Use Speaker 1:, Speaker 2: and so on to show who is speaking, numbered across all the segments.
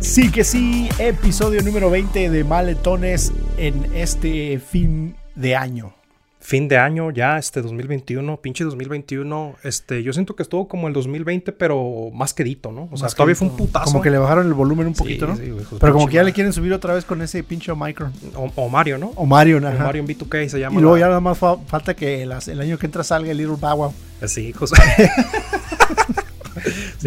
Speaker 1: sí que sí, episodio número 20 de Maletones en este fin de año.
Speaker 2: Fin de año ya, este 2021, pinche 2021, este, yo siento que estuvo como el 2020, pero más quedito, ¿no? O sea,
Speaker 1: Más
Speaker 2: todavía
Speaker 1: quedito.
Speaker 2: fue un putazo.
Speaker 1: Como que le bajaron el volumen un
Speaker 2: Sí,
Speaker 1: poquito, ¿no?
Speaker 2: sí, güey, hijo de
Speaker 1: Pero como
Speaker 2: pinche
Speaker 1: que ya le
Speaker 2: madre.
Speaker 1: quieren subir otra vez con ese pinche Omicron.
Speaker 2: O, o Mario, ¿no?
Speaker 1: O Mario,
Speaker 2: O
Speaker 1: ajá.
Speaker 2: Mario en B2K se llama.
Speaker 1: Y luego
Speaker 2: la-
Speaker 1: ya nada más fa- falta que las- el año que entra salga el Little Bow Wow.
Speaker 2: Eh, Sí, hijos. sí,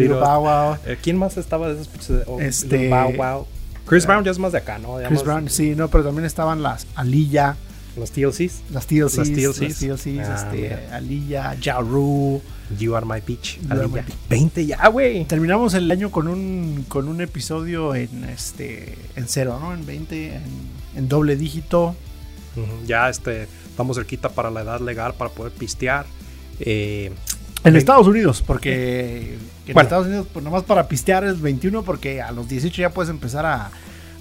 Speaker 1: Little Bow
Speaker 2: no.
Speaker 1: Wow.
Speaker 2: Eh, ¿Quién más estaba de esos pinches? de- oh,
Speaker 1: Este-
Speaker 2: Bow Wow. Chris Brown ya es más de acá, ¿no? Ya
Speaker 1: Chris
Speaker 2: más-
Speaker 1: Brown, sí, no, pero también estaban las Aliyah,
Speaker 2: Los TLCs.
Speaker 1: las TLCs, las
Speaker 2: Las
Speaker 1: TLCs,
Speaker 2: TLCs. Ah,
Speaker 1: este,
Speaker 2: mira.
Speaker 1: Aliyah, Ja Rule.
Speaker 2: You are my bitch.
Speaker 1: You
Speaker 2: Aliyah.
Speaker 1: are my bitch.
Speaker 2: 20 ya, güey.
Speaker 1: Terminamos el año con un, con un episodio en este en cero, ¿no? En 20, en, en doble dígito.
Speaker 2: Ujú, Ya este, estamos cerquita para la edad legal para poder pistear. Eh,
Speaker 1: En
Speaker 2: Sí.
Speaker 1: Estados Unidos, porque en
Speaker 2: Bueno.
Speaker 1: Estados Unidos, pues nomás para pistear es 21, porque a los 18 ya puedes empezar a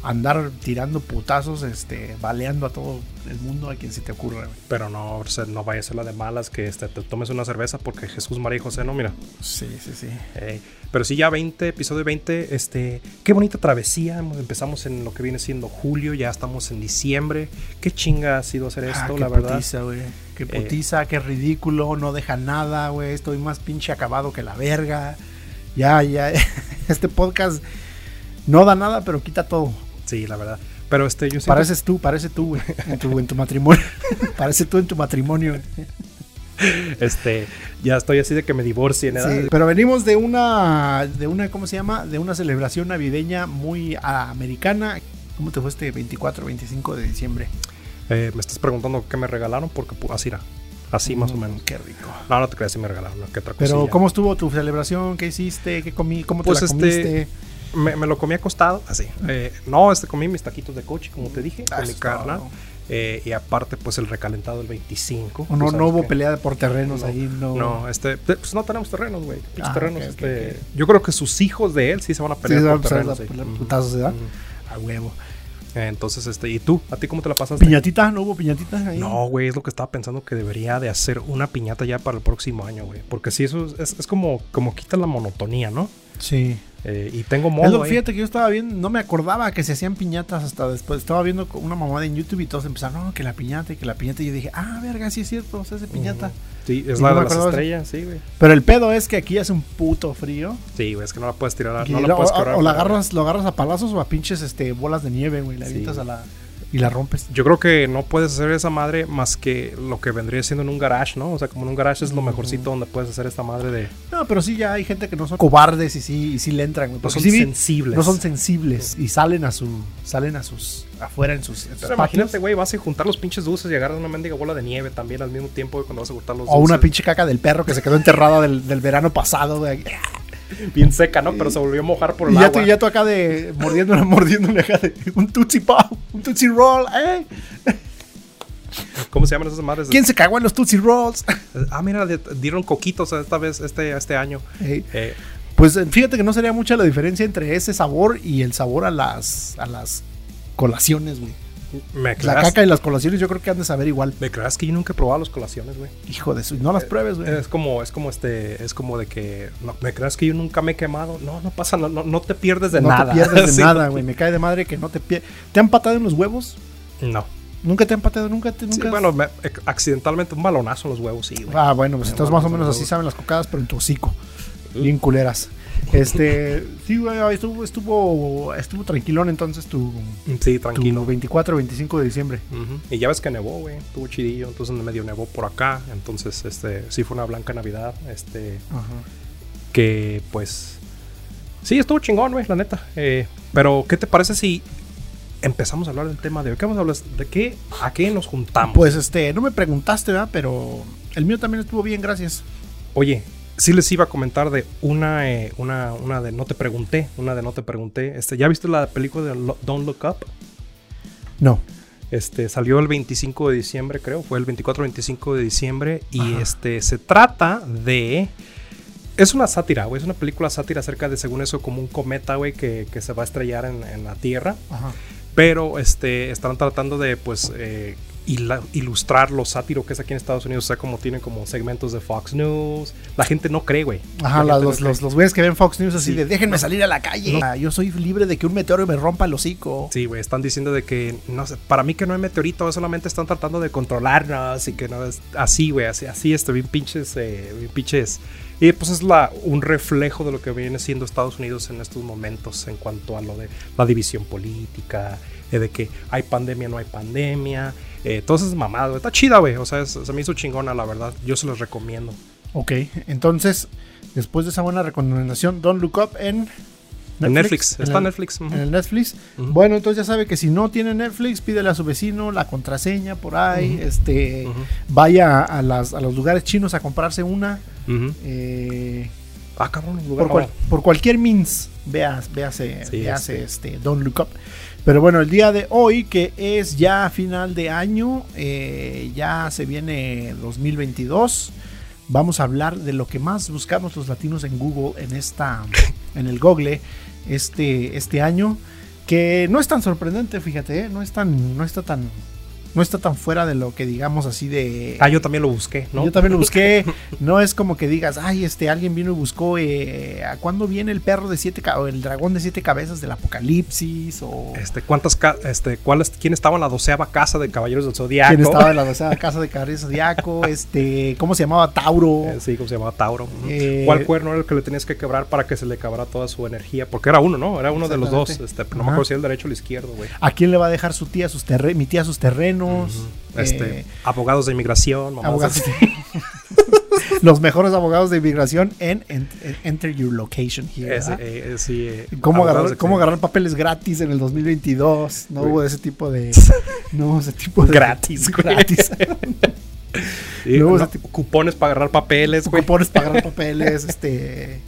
Speaker 1: andar tirando putazos, este, baleando a todo el mundo, a quien se te ocurra. güey.
Speaker 2: pero no, o sea, no vaya a ser la de malas que este, te tomes una cerveza porque Jesús, María y José, no, mira.
Speaker 1: Sí, sí, sí.
Speaker 2: Eh, pero sí, ya 20, episodio 20, este, qué bonita travesía. hemos- Empezamos en lo que viene siendo julio, ya estamos en diciembre. Qué chinga ha sido hacer
Speaker 1: Ah,
Speaker 2: esto,
Speaker 1: qué
Speaker 2: la verdad.
Speaker 1: putiza, güey. Qué
Speaker 2: Eh.
Speaker 1: putiza, qué ridículo, no deja nada, güey. Estoy más pinche acabado que la verga. Ya, ya. Este podcast no da nada, pero quita todo.
Speaker 2: Sí, la verdad. Pero este, yo siento-
Speaker 1: Pareces tú, parece tú, güey. En tu, en tu matrimonio. parece tú en tu matrimonio. güey.
Speaker 2: este, ya estoy así de que me divorcien, ¿eh?
Speaker 1: Sí, pero venimos de una, de una, ¿cómo se llama? De una celebración navideña muy americana. ¿Cómo te fue este 24, 25 de diciembre?
Speaker 2: Eh, me estás preguntando qué me regalaron porque pu- así era. Así más o
Speaker 1: Mm,
Speaker 2: menos. Pues
Speaker 1: Qué rico.
Speaker 2: No, no te creas si me regalaron, que otra
Speaker 1: Pero,
Speaker 2: cosilla.
Speaker 1: ¿cómo estuvo tu celebración? ¿Qué hiciste? ¿Qué comí? ¿Cómo
Speaker 2: Pues,
Speaker 1: te la
Speaker 2: este,
Speaker 1: comiste?
Speaker 2: Me, me lo comí acostado, así. Eh, no, este comí mis taquitos de coche, como te dije, con mi
Speaker 1: Eso.
Speaker 2: carnal. Eh, y aparte, pues el recalentado del 25.
Speaker 1: O no,
Speaker 2: tú sabes
Speaker 1: no hubo
Speaker 2: que-
Speaker 1: pelea por terrenos
Speaker 2: No,
Speaker 1: ahí, no.
Speaker 2: No, este, te- pues no tenemos terrenos, güey. Pinches
Speaker 1: Ah,
Speaker 2: terrenos,
Speaker 1: ok, ok,
Speaker 2: este,
Speaker 1: ok.
Speaker 2: Yo creo que sus hijos de él sí se van a
Speaker 1: Sí,
Speaker 2: pelear
Speaker 1: se va a
Speaker 2: por
Speaker 1: empezar a
Speaker 2: terrenos. sí.
Speaker 1: pelear
Speaker 2: Ujú,
Speaker 1: putazos, ¿verdad?
Speaker 2: ujú.
Speaker 1: A huevo.
Speaker 2: Entonces, este, ¿y tú? ¿A ti cómo te la pasaste?
Speaker 1: ¿Piñatitas? ¿No hubo piñatitas ahí?
Speaker 2: No, güey, es lo que estaba pensando que debería de hacer una piñata ya para el próximo año, güey. Porque si eso es, es- es como, como quita la monotonía, ¿no?
Speaker 1: Sí.
Speaker 2: Eh, y tengo
Speaker 1: Es lo-
Speaker 2: modo. ahí.
Speaker 1: fíjate que yo estaba viendo, no me acordaba que se hacían piñatas hasta después. Estaba viendo con una mamada en YouTube y todos empezaron, no, que la piñata y que la piñata. Y yo dije, ah, verga, sí es cierto, se hace piñata.
Speaker 2: Ujú. Sí, es
Speaker 1: Y
Speaker 2: la
Speaker 1: no
Speaker 2: de
Speaker 1: me
Speaker 2: las
Speaker 1: acordaba de
Speaker 2: estrellas, sí, güey.
Speaker 1: Pero el pedo es que aquí hace un puto frío.
Speaker 2: Sí, güey, es que no la puedes tirar.
Speaker 1: Y
Speaker 2: Ah, no la
Speaker 1: lo-
Speaker 2: puedes
Speaker 1: o-
Speaker 2: quebrar,
Speaker 1: o la
Speaker 2: güey.
Speaker 1: agarras, lo agarras a palazos o a pinches este, bolas de nieve, güey. La
Speaker 2: Sí,
Speaker 1: avientas a
Speaker 2: güey.
Speaker 1: la. Y la rompes.
Speaker 2: Yo creo que no puedes hacer esa madre más que lo que vendría siendo en un garage, ¿no? O sea, como en un garage es lo mejorcito donde puedes hacer esta madre de...
Speaker 1: No, pero sí ya hay gente que no son cobardes y sí, y sí le entran. güey.
Speaker 2: No
Speaker 1: Porque
Speaker 2: son
Speaker 1: sí vi-
Speaker 2: sensibles.
Speaker 1: No son sensibles y salen a su salen a sus afuera en sus, en sus
Speaker 2: Pero
Speaker 1: patios.
Speaker 2: Pues imagínate, güey, vas a juntar los pinches dulces y agarras una mendiga bola de nieve también al mismo tiempo güey, cuando vas a juntar los
Speaker 1: O
Speaker 2: dulces.
Speaker 1: una pinche caca del perro que se quedó enterrada del, del verano pasado. güey.
Speaker 2: Bien seca, ¿no? Pero se volvió a mojar por
Speaker 1: Y
Speaker 2: el
Speaker 1: ya tú,
Speaker 2: agua.
Speaker 1: ya tú acá de mordiéndole, mordiéndole acá de un Tootsie Pop, un Tootsie Roll. ¿eh?
Speaker 2: ¿Cómo se llaman esas madres?
Speaker 1: ¿Quién se cagó en los Tootsie Rolls?
Speaker 2: Ah, mira, de- dieron coquitos esta vez, este, este año.
Speaker 1: Eh,
Speaker 2: Eh,
Speaker 1: Pues eh, fíjate que no sería mucha la diferencia entre ese sabor y el sabor a las, a las colaciones, güey.
Speaker 2: me
Speaker 1: La
Speaker 2: creas,
Speaker 1: caca y las colaciones yo creo que han de saber igual.
Speaker 2: me creas que yo nunca he probado las colaciones, güey.
Speaker 1: Hijo de su... No las pruebes, güey.
Speaker 2: Es como, es como este, es como de que, no, me creas que yo nunca me he quemado. No, no pasa, no, no, no te pierdes de
Speaker 1: no
Speaker 2: nada.
Speaker 1: te pierdes de
Speaker 2: Sí.
Speaker 1: nada, güey. Me cae de madre que no te pierdes. ¿Te han patado en los huevos?
Speaker 2: No.
Speaker 1: ¿Nunca te han pateado? ¿Nunca te
Speaker 2: Sí,
Speaker 1: nunca?
Speaker 2: bueno, me- ac- accidentalmente un balonazo en los huevos, sí, güey.
Speaker 1: Ah, bueno, pues
Speaker 2: Me
Speaker 1: entonces más o
Speaker 2: mandas a
Speaker 1: menos
Speaker 2: la
Speaker 1: así
Speaker 2: verga.
Speaker 1: saben las cocadas, pero en tu hocico. Bien culeras. Este, sí, güey, estuvo, estuvo, estuvo tranquilón entonces tu,
Speaker 2: Sí,
Speaker 1: tu
Speaker 2: tranquilo.
Speaker 1: 24, 25 de diciembre.
Speaker 2: Ujú. Y ya ves que nevó, güey. Estuvo chidillo. Entonces medio nevó por acá. Entonces, este, sí fue una blanca Navidad. Este, que pues. Sí, estuvo chingón, güey, la neta. Eh, pero, ¿qué te parece si empezamos a hablar del tema de hoy? ¿Qué vamos a hablar? ¿De qué? ¿A qué nos juntamos?
Speaker 1: Pues este, no me preguntaste, ¿verdad? Pero el mío también estuvo bien, gracias.
Speaker 2: Oye, sí les iba a comentar de una, eh, una, una de No Te Pregunté, una de No Te Pregunté. Este, ¿Ya viste la película de Lo- Don't Look Up?
Speaker 1: No.
Speaker 2: Este, salió el 25 de diciembre, creo, fue el 24-25 de diciembre. Y este, se trata de... Es una sátira, güey, es una película sátira acerca de, según eso, como un cometa, güey, que, que se va a estrellar en, en la Tierra.
Speaker 1: Ajá.
Speaker 2: Pero, este, están tratando de, pues... eh, ila- ilustrar lo sátiro que es aquí en Estados Unidos. O sea, como tienen como segmentos de Fox News. La gente no cree, güey.
Speaker 1: Ajá, la-
Speaker 2: La gente no
Speaker 1: los,
Speaker 2: cree.
Speaker 1: los, los güeyes que ven Fox News así
Speaker 2: Sí.
Speaker 1: de déjenme salir a la calle.
Speaker 2: No.
Speaker 1: Ah, Yo soy libre de que un meteoro me rompa el hocico.
Speaker 2: Sí, güey, están diciendo de que, no sé, para mí que no hay meteorito, solamente están tratando de controlarnos y que no es así, güey, así, así, este, bien pinches, eh, bien pinches. Y pues es la, un reflejo de lo que viene siendo Estados Unidos en estos momentos en cuanto a lo de la división política, eh, de que hay pandemia, no hay pandemia, eh, todo eso es mamado, está chida, güey, o sea, es- se me hizo chingona, la verdad, yo se los recomiendo.
Speaker 1: Ok, entonces, después de esa buena recomendación, Don't Look Up en
Speaker 2: En Netflix,
Speaker 1: en
Speaker 2: está en
Speaker 1: el-
Speaker 2: Netflix. ujú.
Speaker 1: En el Netflix.
Speaker 2: Ujú.
Speaker 1: Bueno, entonces ya sabe que si no tiene Netflix, pídele a su vecino la contraseña por ahí.
Speaker 2: Ujú.
Speaker 1: Este
Speaker 2: Ujú,
Speaker 1: vaya a, las, a los lugares chinos a comprarse una.
Speaker 2: ujú.
Speaker 1: eh,
Speaker 2: Ah, cabrón, lugar-
Speaker 1: por, cual-
Speaker 2: oh,
Speaker 1: por cualquier means, veas, véase,
Speaker 2: Sí,
Speaker 1: véase, este, Don't Look Up. Pero bueno, el día de hoy, que es ya final de año, eh, ya se viene 2022. Vamos a hablar de lo que más buscamos los latinos en Google en esta, en el Google este, este año, que no es tan sorprendente, fíjate, ¿eh? no es tan, no está tan, no está tan fuera de lo que digamos así de.
Speaker 2: Ah, yo también lo busqué, ¿no?
Speaker 1: Yo también lo busqué. No es como que digas, ay, este, alguien vino y buscó eh, a cuándo viene el perro de siete ca- o el dragón de siete cabezas del apocalipsis o
Speaker 2: Este, ¿cuántas ca- este, cuál es- quién estaba en la doceava casa de Caballeros del Zodiaco?
Speaker 1: quién estaba en la doceava casa de cabeza zodiaco, este, cómo se llamaba Tauro.
Speaker 2: Eh, sí, como se llamaba Tauro. Ujú.
Speaker 1: Eh,
Speaker 2: ¿Cuál cuerno era el que le tenías que quebrar para que se le acabara toda su energía? Porque era uno, ¿no? Era uno de los dos.
Speaker 1: Exactamente.
Speaker 2: Este, pero no
Speaker 1: Ajá.
Speaker 2: me acuerdo si era el derecho o el izquierdo, güey.
Speaker 1: ¿A quién le va a dejar su tía sus terre- mi tía sus terrenos?
Speaker 2: Ujú. Este,
Speaker 1: Eh,
Speaker 2: abogados de inmigración, mamás
Speaker 1: abogados.
Speaker 2: así.
Speaker 1: Los mejores abogados de inmigración en, en- en Enter Your Location here.
Speaker 2: Ese,
Speaker 1: ¿verdad?
Speaker 2: eh, eh, sí, eh,
Speaker 1: ¿Cómo
Speaker 2: abogados
Speaker 1: agarrar,
Speaker 2: de-
Speaker 1: ¿Cómo agarrar papeles gratis en el 2022? No
Speaker 2: Güey.
Speaker 1: hubo ese tipo de. No hubo ese tipo de.
Speaker 2: Gratis, güey.
Speaker 1: Gratis.
Speaker 2: Sí,
Speaker 1: luego
Speaker 2: no,
Speaker 1: ese tipo-
Speaker 2: cupones para agarrar papeles, güey.
Speaker 1: Cupones para agarrar papeles. este,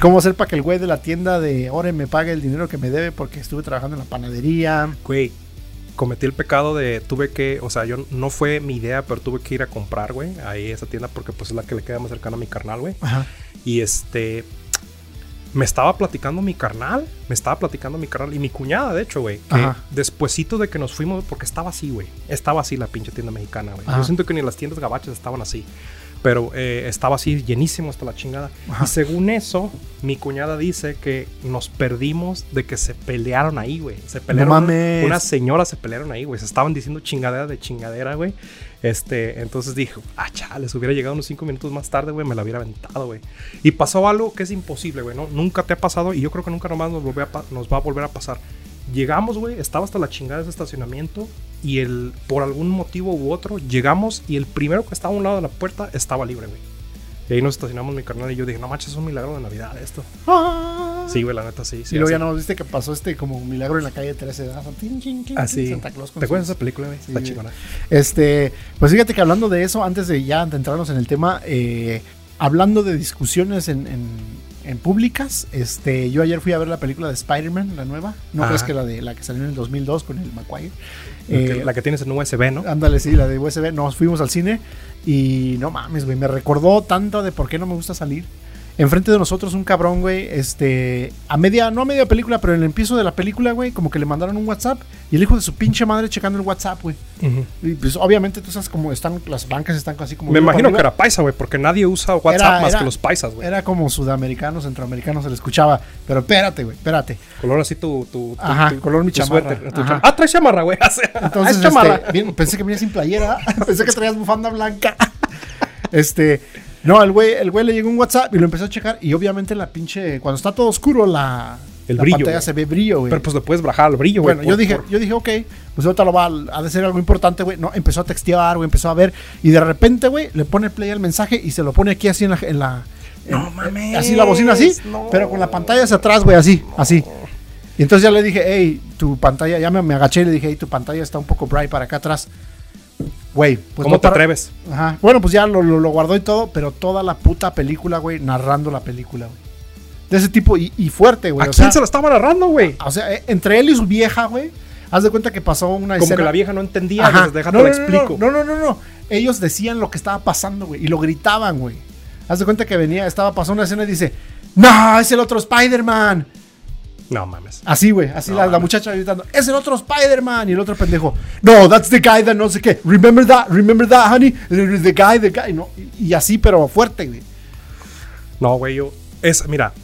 Speaker 1: ¿Cómo hacer para que el güey de la tienda de Oren me pague el dinero que me debe porque estuve trabajando en la panadería?
Speaker 2: Güey, cometí el pecado de tuve que, o sea, yo no fue mi idea, pero tuve que ir a comprar, güey, ahí a esa tienda porque pues es la que le queda más cercana a mi carnal, güey.
Speaker 1: Ajá.
Speaker 2: Y este. Me estaba platicando mi carnal. Me estaba platicando mi carnal. Y mi cuñada, de hecho, güey. Que
Speaker 1: Ajá.
Speaker 2: despuesito de que nos fuimos. Porque estaba así, güey. Estaba así la pinche tienda mexicana, güey.
Speaker 1: Ajá.
Speaker 2: Yo siento que ni las tiendas gabachas estaban así. Pero eh, estaba así llenísimo hasta la chingada.
Speaker 1: Ajá.
Speaker 2: Y según eso, mi cuñada dice que nos perdimos de que se pelearon ahí, güey. Se pelearon.
Speaker 1: mames.
Speaker 2: Unas señoras se pelearon ahí, güey. Se estaban diciendo chingadera de chingadera, güey. Este, entonces dije, ah, chales, hubiera llegado unos cinco minutos más tarde, güey, me la hubiera aventado, güey. Y pasó algo que es imposible, güey, ¿no? Nunca te ha pasado y yo creo que nunca nomás nos, volve a pa- nos va a volver a pasar. Llegamos, güey, estaba hasta la chingada de ese estacionamiento y el, por algún motivo u otro, llegamos y el primero que estaba a un lado de la puerta estaba libre, güey. Y ahí nos estacionamos mi carnal y yo dije, no manches, es un milagro de Navidad esto. Sí, güey, la neta, sí. sí
Speaker 1: y luego
Speaker 2: así.
Speaker 1: ya no viste que pasó este como un milagro en la calle 13 edad.
Speaker 2: Así.
Speaker 1: Santa Claus con
Speaker 2: Ah, ¿Te
Speaker 1: su-
Speaker 2: acuerdas de esa película, güey? Está
Speaker 1: güey.
Speaker 2: chingona.
Speaker 1: Este, pues fíjate que hablando de eso, antes de ya adentrarnos en el tema, eh, hablando de discusiones en, en- en públicas, este, yo ayer fui a ver la película de Spider-Man, la nueva, no
Speaker 2: Ajá.
Speaker 1: crees que la de la que salió en el 2002 con el Maguire.
Speaker 2: La que-
Speaker 1: Eh,
Speaker 2: la que tienes en USB, ¿no?
Speaker 1: Ándale, sí, la de USB. Nos fuimos al cine y no mames, güey. Me recordó tanto de por qué no me gusta salir. Enfrente de nosotros un cabrón, güey, este, a media, no a media película, pero en el empiezo de la película, güey, como que le mandaron un WhatsApp y el hijo de su pinche madre checando el WhatsApp, güey.
Speaker 2: Ujú.
Speaker 1: Y pues obviamente tú sabes como están, las bancas están casi como...
Speaker 2: Me
Speaker 1: viendo
Speaker 2: imagino que
Speaker 1: para arriba.
Speaker 2: era paisa, güey, porque nadie usa WhatsApp
Speaker 1: Era-
Speaker 2: más
Speaker 1: era-
Speaker 2: que los paisas, güey.
Speaker 1: Era como sudamericano, centroamericano, se le escuchaba. Pero espérate, güey, espérate.
Speaker 2: Color así tu. tu, tu-
Speaker 1: Ajá,
Speaker 2: tu-
Speaker 1: color mi
Speaker 2: tu
Speaker 1: chamarra.
Speaker 2: suéter, tu
Speaker 1: Ajá.
Speaker 2: cham- Ah, traes chamarra, güey. Entonces,
Speaker 1: Entonces,
Speaker 2: ah, es chamarra.
Speaker 1: este, bien, pensé que venía sin playera. pensé que traías bufanda blanca. Este. No, el güey, el güey le llegó un WhatsApp y lo empezó a checar. Y obviamente la pinche. Cuando está todo oscuro, la,
Speaker 2: El
Speaker 1: la
Speaker 2: brillo,
Speaker 1: pantalla
Speaker 2: güey.
Speaker 1: se ve brillo, güey.
Speaker 2: Pero pues le puedes bajar al brillo, güey.
Speaker 1: bueno,
Speaker 2: por-
Speaker 1: yo dije,
Speaker 2: por-
Speaker 1: yo dije, ok, pues ahorita lo va a, ha de ser algo importante, güey. No, empezó a textear, güey, empezó a ver. Y de repente, güey, le pone play al mensaje y se lo pone aquí así en la. en la-
Speaker 2: No
Speaker 1: en-
Speaker 2: mames,
Speaker 1: Así la bocina así,
Speaker 2: no.
Speaker 1: pero con la pantalla hacia atrás, güey, así, así. Y entonces ya le dije, hey, tu pantalla, ya me, me agaché y le dije, hey, tu pantalla está un poco bright para acá atrás. Güey, pues
Speaker 2: ¿Cómo
Speaker 1: no
Speaker 2: te
Speaker 1: para-
Speaker 2: atreves?
Speaker 1: Ajá. Bueno, pues ya lo, lo- lo guardó y todo, pero toda la puta película, güey, narrando la película, güey. De ese tipo, y, y fuerte,
Speaker 2: ¿A
Speaker 1: güey. o
Speaker 2: quién
Speaker 1: sea-
Speaker 2: se la estaba narrando, güey?
Speaker 1: o sea, eh, entre él y su vieja, güey, haz de cuenta que pasó una
Speaker 2: Como
Speaker 1: escena.
Speaker 2: que la vieja no entendía,
Speaker 1: Ajá.
Speaker 2: pues, déjate
Speaker 1: no,
Speaker 2: la
Speaker 1: no, no,
Speaker 2: explico.
Speaker 1: No, no, no, no. Ellos decían lo que estaba pasando, güey, y lo gritaban, güey. Haz de cuenta que venía, estaba pasando una escena y dice, "No, es el otro Spider-Man."
Speaker 2: No mames.
Speaker 1: Así, güey, así la, la muchacha gritando, es el otro Spider-Man. Y el otro pendejo, no, that's the guy that no sé qué. Remember that, remember that, honey. The guy, the guy. No, y, y así, pero fuerte, güey.
Speaker 2: No, güey, yo. Es, mira.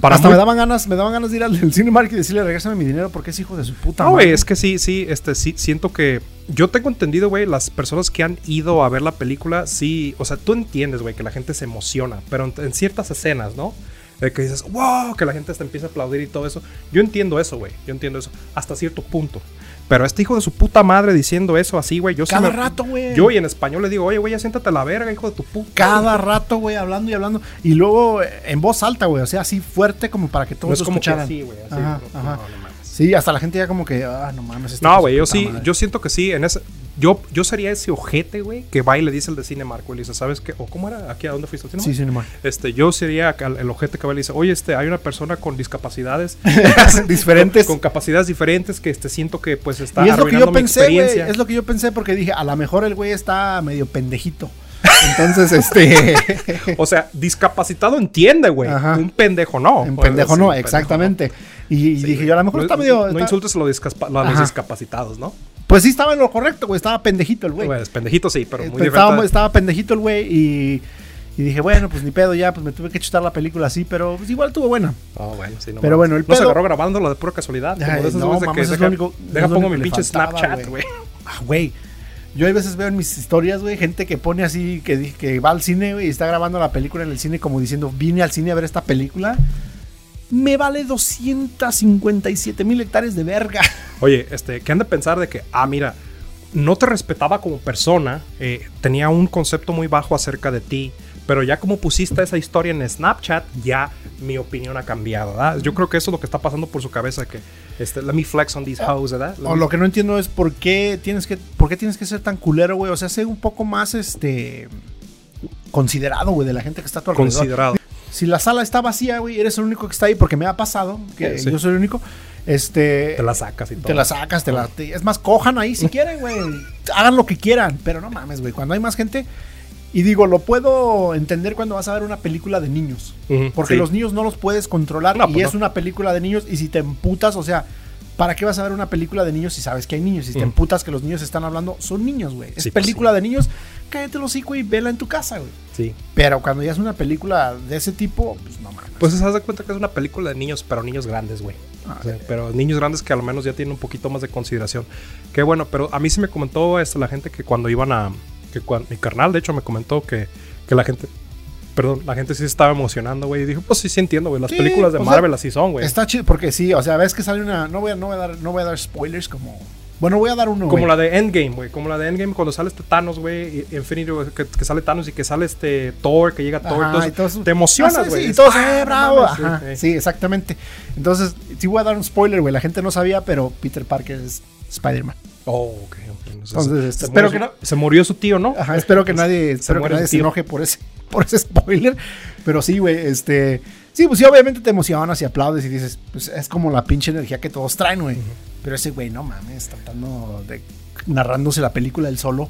Speaker 1: Hasta
Speaker 2: muy-
Speaker 1: me daban ganas, me daban ganas de ir al, al Cinemark y decirle, regrésame mi dinero porque es hijo de su puta
Speaker 2: No,
Speaker 1: madre.
Speaker 2: güey, es que sí, sí, este, sí, siento que. Yo tengo entendido, güey, las personas que han ido a ver la película, sí. O sea, tú entiendes, güey, que la gente se emociona, pero en, en ciertas escenas, ¿no? De que dices, wow, que la gente hasta empieza a aplaudir y todo eso. Yo entiendo eso, güey. Yo entiendo eso. Hasta cierto punto. Pero este hijo de su puta madre diciendo eso así, güey. Yo sí
Speaker 1: Cada
Speaker 2: me-
Speaker 1: rato, güey.
Speaker 2: Yo y en español le digo, oye, güey, ya siéntate a la verga, hijo de tu puta.
Speaker 1: Cada rato, güey, hablando y hablando. Y luego eh, en voz alta, güey. O sea, así fuerte como para que todos
Speaker 2: No es
Speaker 1: lo
Speaker 2: como que
Speaker 1: escucharan.
Speaker 2: así, güey. así,
Speaker 1: Ajá,
Speaker 2: no,
Speaker 1: ajá.
Speaker 2: no, no mames.
Speaker 1: Sí, hasta la gente ya como que, ah, no mames. este hijo
Speaker 2: No,
Speaker 1: de
Speaker 2: güey,
Speaker 1: su
Speaker 2: yo
Speaker 1: puta
Speaker 2: sí,
Speaker 1: madre".
Speaker 2: yo siento que sí. En ese, yo, yo sería ese ojete, güey, que va y le dice el de Cinemark, güey, le dice, ¿sabes qué? ¿O cómo era? ¿Aquí a dónde fuiste? ¿Al Cinemark?
Speaker 1: Sí, Cinemark.
Speaker 2: Este, yo sería al- el ojete que va y le dice, oye, este, hay una persona con discapacidades.
Speaker 1: Diferentes.
Speaker 2: Con, con capacidades diferentes que este, siento que pues está
Speaker 1: Y es lo que yo
Speaker 2: arruinando mi
Speaker 1: pensé, güey.
Speaker 2: experiencia.
Speaker 1: Es lo que yo pensé porque dije, a lo mejor el güey está medio pendejito. Entonces, este.
Speaker 2: O sea, discapacitado entiende, güey.
Speaker 1: Ajá.
Speaker 2: Un pendejo no.
Speaker 1: en
Speaker 2: Bueno,
Speaker 1: pendejo
Speaker 2: sí,
Speaker 1: no,
Speaker 2: un
Speaker 1: exactamente. Y, y
Speaker 2: Sí,
Speaker 1: dije
Speaker 2: güey.
Speaker 1: yo, a lo mejor
Speaker 2: No-
Speaker 1: está medio.
Speaker 2: No
Speaker 1: está-
Speaker 2: insultes a los, discapa- a los
Speaker 1: Ajá.
Speaker 2: discapacitados, ¿no?
Speaker 1: Pues sí, estaba en lo correcto, güey. Estaba pendejito el güey.
Speaker 2: Bueno, es pendejito sí, pero
Speaker 1: Eh,
Speaker 2: muy
Speaker 1: pero estaba,
Speaker 2: diferente.
Speaker 1: estaba pendejito el güey y, y dije, bueno, pues ni pedo ya, pues me tuve que chutar la película así, pero pues, igual estuvo buena.
Speaker 2: Ah, bueno, sí, no
Speaker 1: Pero
Speaker 2: mames.
Speaker 1: bueno, el
Speaker 2: No se
Speaker 1: pedo-
Speaker 2: agarró grabándola de pura casualidad. como
Speaker 1: Ay,
Speaker 2: de esas
Speaker 1: no,
Speaker 2: veces que
Speaker 1: mames, es lo
Speaker 2: deja-
Speaker 1: único-
Speaker 2: deja
Speaker 1: es lo
Speaker 2: pongo
Speaker 1: único que
Speaker 2: mi
Speaker 1: le
Speaker 2: pinche
Speaker 1: faltaba,
Speaker 2: Snapchat,
Speaker 1: güey.
Speaker 2: güey.
Speaker 1: Ah, güey. Yo hay veces veo en mis historias, güey, gente que pone así, que, di- que va al cine, güey, y está grabando la película en el cine como diciendo, vine al cine a ver esta película. Me vale 257 mil hectáreas de verga.
Speaker 2: Oye, este, ¿qué han de pensar de que, ah, mira, no te respetaba como persona, eh, tenía un concepto muy bajo acerca de ti, pero ya como pusiste esa historia en Snapchat, ya mi opinión ha cambiado, ¿verdad? Yo creo que eso es lo que está pasando por su cabeza, que, este, let me flex on this house, ¿verdad? Let
Speaker 1: O
Speaker 2: me-
Speaker 1: lo que no entiendo es por qué tienes que, por qué tienes que ser tan culero, güey. O sea, sé un poco más, este, considerado, güey, de la gente que está a tu alrededor. Eh,
Speaker 2: considerado.
Speaker 1: Si la sala está vacía, güey, eres el único que está ahí porque me ha pasado, que
Speaker 2: Sí.
Speaker 1: yo soy el único. Este,
Speaker 2: Te la Ah. sacas y todo.
Speaker 1: te la sacas, te la. te- es más, cojan ahí si quieren, güey. Hagan lo que quieran, pero no mames, güey. Cuando hay más gente. Y digo, lo puedo entender cuando vas a ver una película de niños.
Speaker 2: Ujú,
Speaker 1: Porque
Speaker 2: sí.
Speaker 1: los niños no los puedes controlar
Speaker 2: No,
Speaker 1: y
Speaker 2: pues
Speaker 1: es
Speaker 2: no.
Speaker 1: una película de niños. Y si te emputas, o sea, ¿para qué vas a ver una película de niños si sabes que hay niños? Si te
Speaker 2: Ujú.
Speaker 1: emputas que los niños están hablando, son niños, güey. Es
Speaker 2: Mm. Sí, pues,
Speaker 1: película de niños, cállate los hocico y vela en tu casa, güey.
Speaker 2: Sí.
Speaker 1: Pero cuando ya es una película de ese tipo, pues no mames.
Speaker 2: Pues se das cuenta que es una película de niños, pero niños grandes, güey.
Speaker 1: Ah,
Speaker 2: O sea, pero niños grandes que al menos ya tienen un poquito más de consideración. Qué bueno, pero a mí sí me comentó esto, la gente que cuando iban a. Que cuan- mi carnal, de hecho, me comentó que, que la gente. Perdón, la gente sí se estaba emocionando, güey. Y dije, pues sí, sí entiendo, güey. Las
Speaker 1: Sí,
Speaker 2: películas de
Speaker 1: o sea,
Speaker 2: Marvel así son, güey.
Speaker 1: Está chido, porque sí, o sea, ves que sale una. No voy a, no voy a dar, no voy a dar spoilers como. Bueno, voy a dar uno.
Speaker 2: Como
Speaker 1: güey.
Speaker 2: la de Endgame, güey. Como la de Endgame cuando sale este Thanos, güey. y- Infinity, güey, que, que sale Thanos y que sale este Thor, que llega Thor.
Speaker 1: Ajá,
Speaker 2: todo eso.
Speaker 1: y todos- Ah,
Speaker 2: te emocionas,
Speaker 1: sí,
Speaker 2: güey.
Speaker 1: Sí, y
Speaker 2: Dices,
Speaker 1: todos,
Speaker 2: "Ah,
Speaker 1: eh,
Speaker 2: no
Speaker 1: bravo.
Speaker 2: mames,
Speaker 1: Ajá,
Speaker 2: sí, eh.
Speaker 1: sí, exactamente. Entonces, sí voy a dar un spoiler, güey. La gente no sabía, pero Peter Parker es Spider-Man.
Speaker 2: Oh, ok, ok. Entonces,
Speaker 1: Entonces,
Speaker 2: se-
Speaker 1: este,
Speaker 2: se
Speaker 1: espero
Speaker 2: murió
Speaker 1: que
Speaker 2: su- Se murió su tío, ¿no?
Speaker 1: Ajá, espero que nadie, espero que
Speaker 2: muere
Speaker 1: nadie
Speaker 2: el
Speaker 1: se
Speaker 2: tío.
Speaker 1: enoje por ese, por ese spoiler. Pero sí, güey, este. Sí, pues sí, obviamente te emocionas y aplaudes y dices, pues es como la pinche energía que todos traen, güey. Pero ese güey, no mames, tratando de. narrándose la película él solo.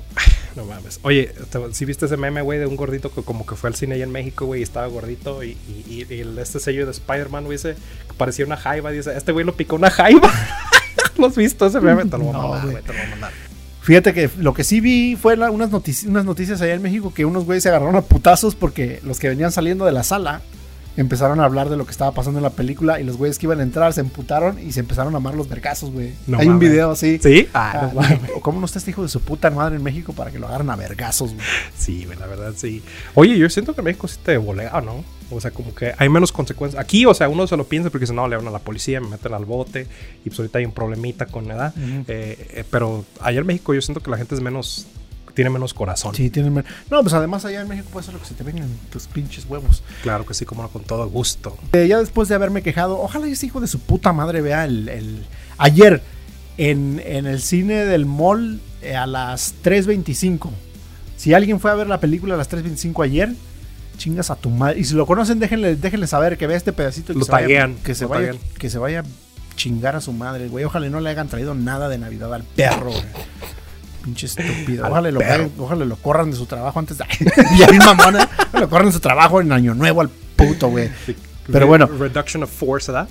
Speaker 2: No mames. Oye, si viste ese meme, güey, de un gordito que como que fue al cine allá en México, güey, y estaba gordito y, y- y- y el- este sello de Spider-Man, güey, dice que parecía una jaiba. Dice, este güey lo picó una jaiba. ¿Lo has visto ese meme? Te lo voy a
Speaker 1: No,
Speaker 2: mandar,
Speaker 1: güey.
Speaker 2: güey, te lo voy a mandar.
Speaker 1: Fíjate que lo que sí vi fue la- unas, notici- unas noticias allá en México que unos güeyes se agarraron a putazos porque los que venían saliendo de la sala empezaron a hablar de lo que estaba pasando en la película y los güeyes que iban a entrar se emputaron y se empezaron a amar los vergazos, güey.
Speaker 2: No
Speaker 1: Hay un
Speaker 2: mames.
Speaker 1: video así.
Speaker 2: ¿Sí? Ah,
Speaker 1: Ah,
Speaker 2: no mames.
Speaker 1: ¿Cómo no está este hijo de su puta madre en México para que lo agarren a vergazos, güey?
Speaker 2: Sí, güey, la verdad, sí. Oye, yo siento que en México sí te volea, ¿no? O sea, como que hay menos consecuencias. Aquí, o sea, uno se lo piensa porque dice, no, le hablan a la policía, me meten al bote y pues ahorita hay un problemita con la edad.
Speaker 1: Ujú.
Speaker 2: Eh, eh, pero allá en México yo siento que la gente es menos, tiene menos corazón.
Speaker 1: Sí, tienen. mer- No, pues además allá en México puede ser lo que se te vengan tus pinches huevos.
Speaker 2: Claro que sí, como no, con todo gusto.
Speaker 1: Eh, ya después de haberme quejado, ojalá ese hijo de su puta madre vea el. el- ayer, en, en el cine del mall, eh, a las 3.25. Si alguien fue a ver la película a las 3.25 ayer, chingas a tu madre. Y si lo conocen, déjenle, déjenle saber que vea este pedacito. y que
Speaker 2: Lo
Speaker 1: se vaya-
Speaker 2: taguean,
Speaker 1: que, se
Speaker 2: lo
Speaker 1: vaya,
Speaker 2: taguean.
Speaker 1: que se vaya a chingar a su madre, güey. Ojalá y no le hayan traído nada de Navidad al perro, güey. Pinche estúpido.
Speaker 2: Al
Speaker 1: Ojalá lo,
Speaker 2: perro.
Speaker 1: hagan- ojalá lo corran de su trabajo antes de. ya bien mamona. Lo corran de su trabajo en Año Nuevo al puto, güey. Pero
Speaker 2: Re-
Speaker 1: bueno.
Speaker 2: Reduction of force, ¿verdad?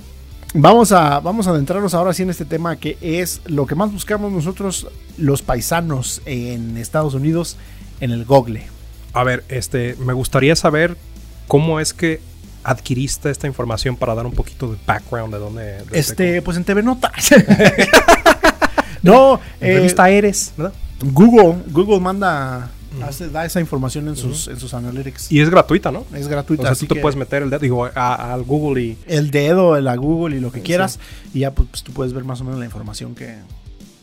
Speaker 1: Vamos a, vamos a adentrarnos ahora sí en este tema que es lo que más buscamos nosotros los paisanos en Estados Unidos en el Google.
Speaker 2: A ver, este, me gustaría saber cómo es que adquiriste esta información para dar un poquito de background de dónde. De
Speaker 1: este, pues en TV Notas. no,
Speaker 2: en eh, revista Eres, ¿verdad?
Speaker 1: Google, Google manda Hace, da esa información en sus, uh -huh. en sus analytics.
Speaker 2: Y es gratuita, ¿no?
Speaker 1: Es gratuita.
Speaker 2: O sea, así tú te puedes meter el dedo, digo, al Google y.
Speaker 1: El dedo, el a Google y lo que quieras. Sí. Y ya pues, tú puedes ver más o menos la información que.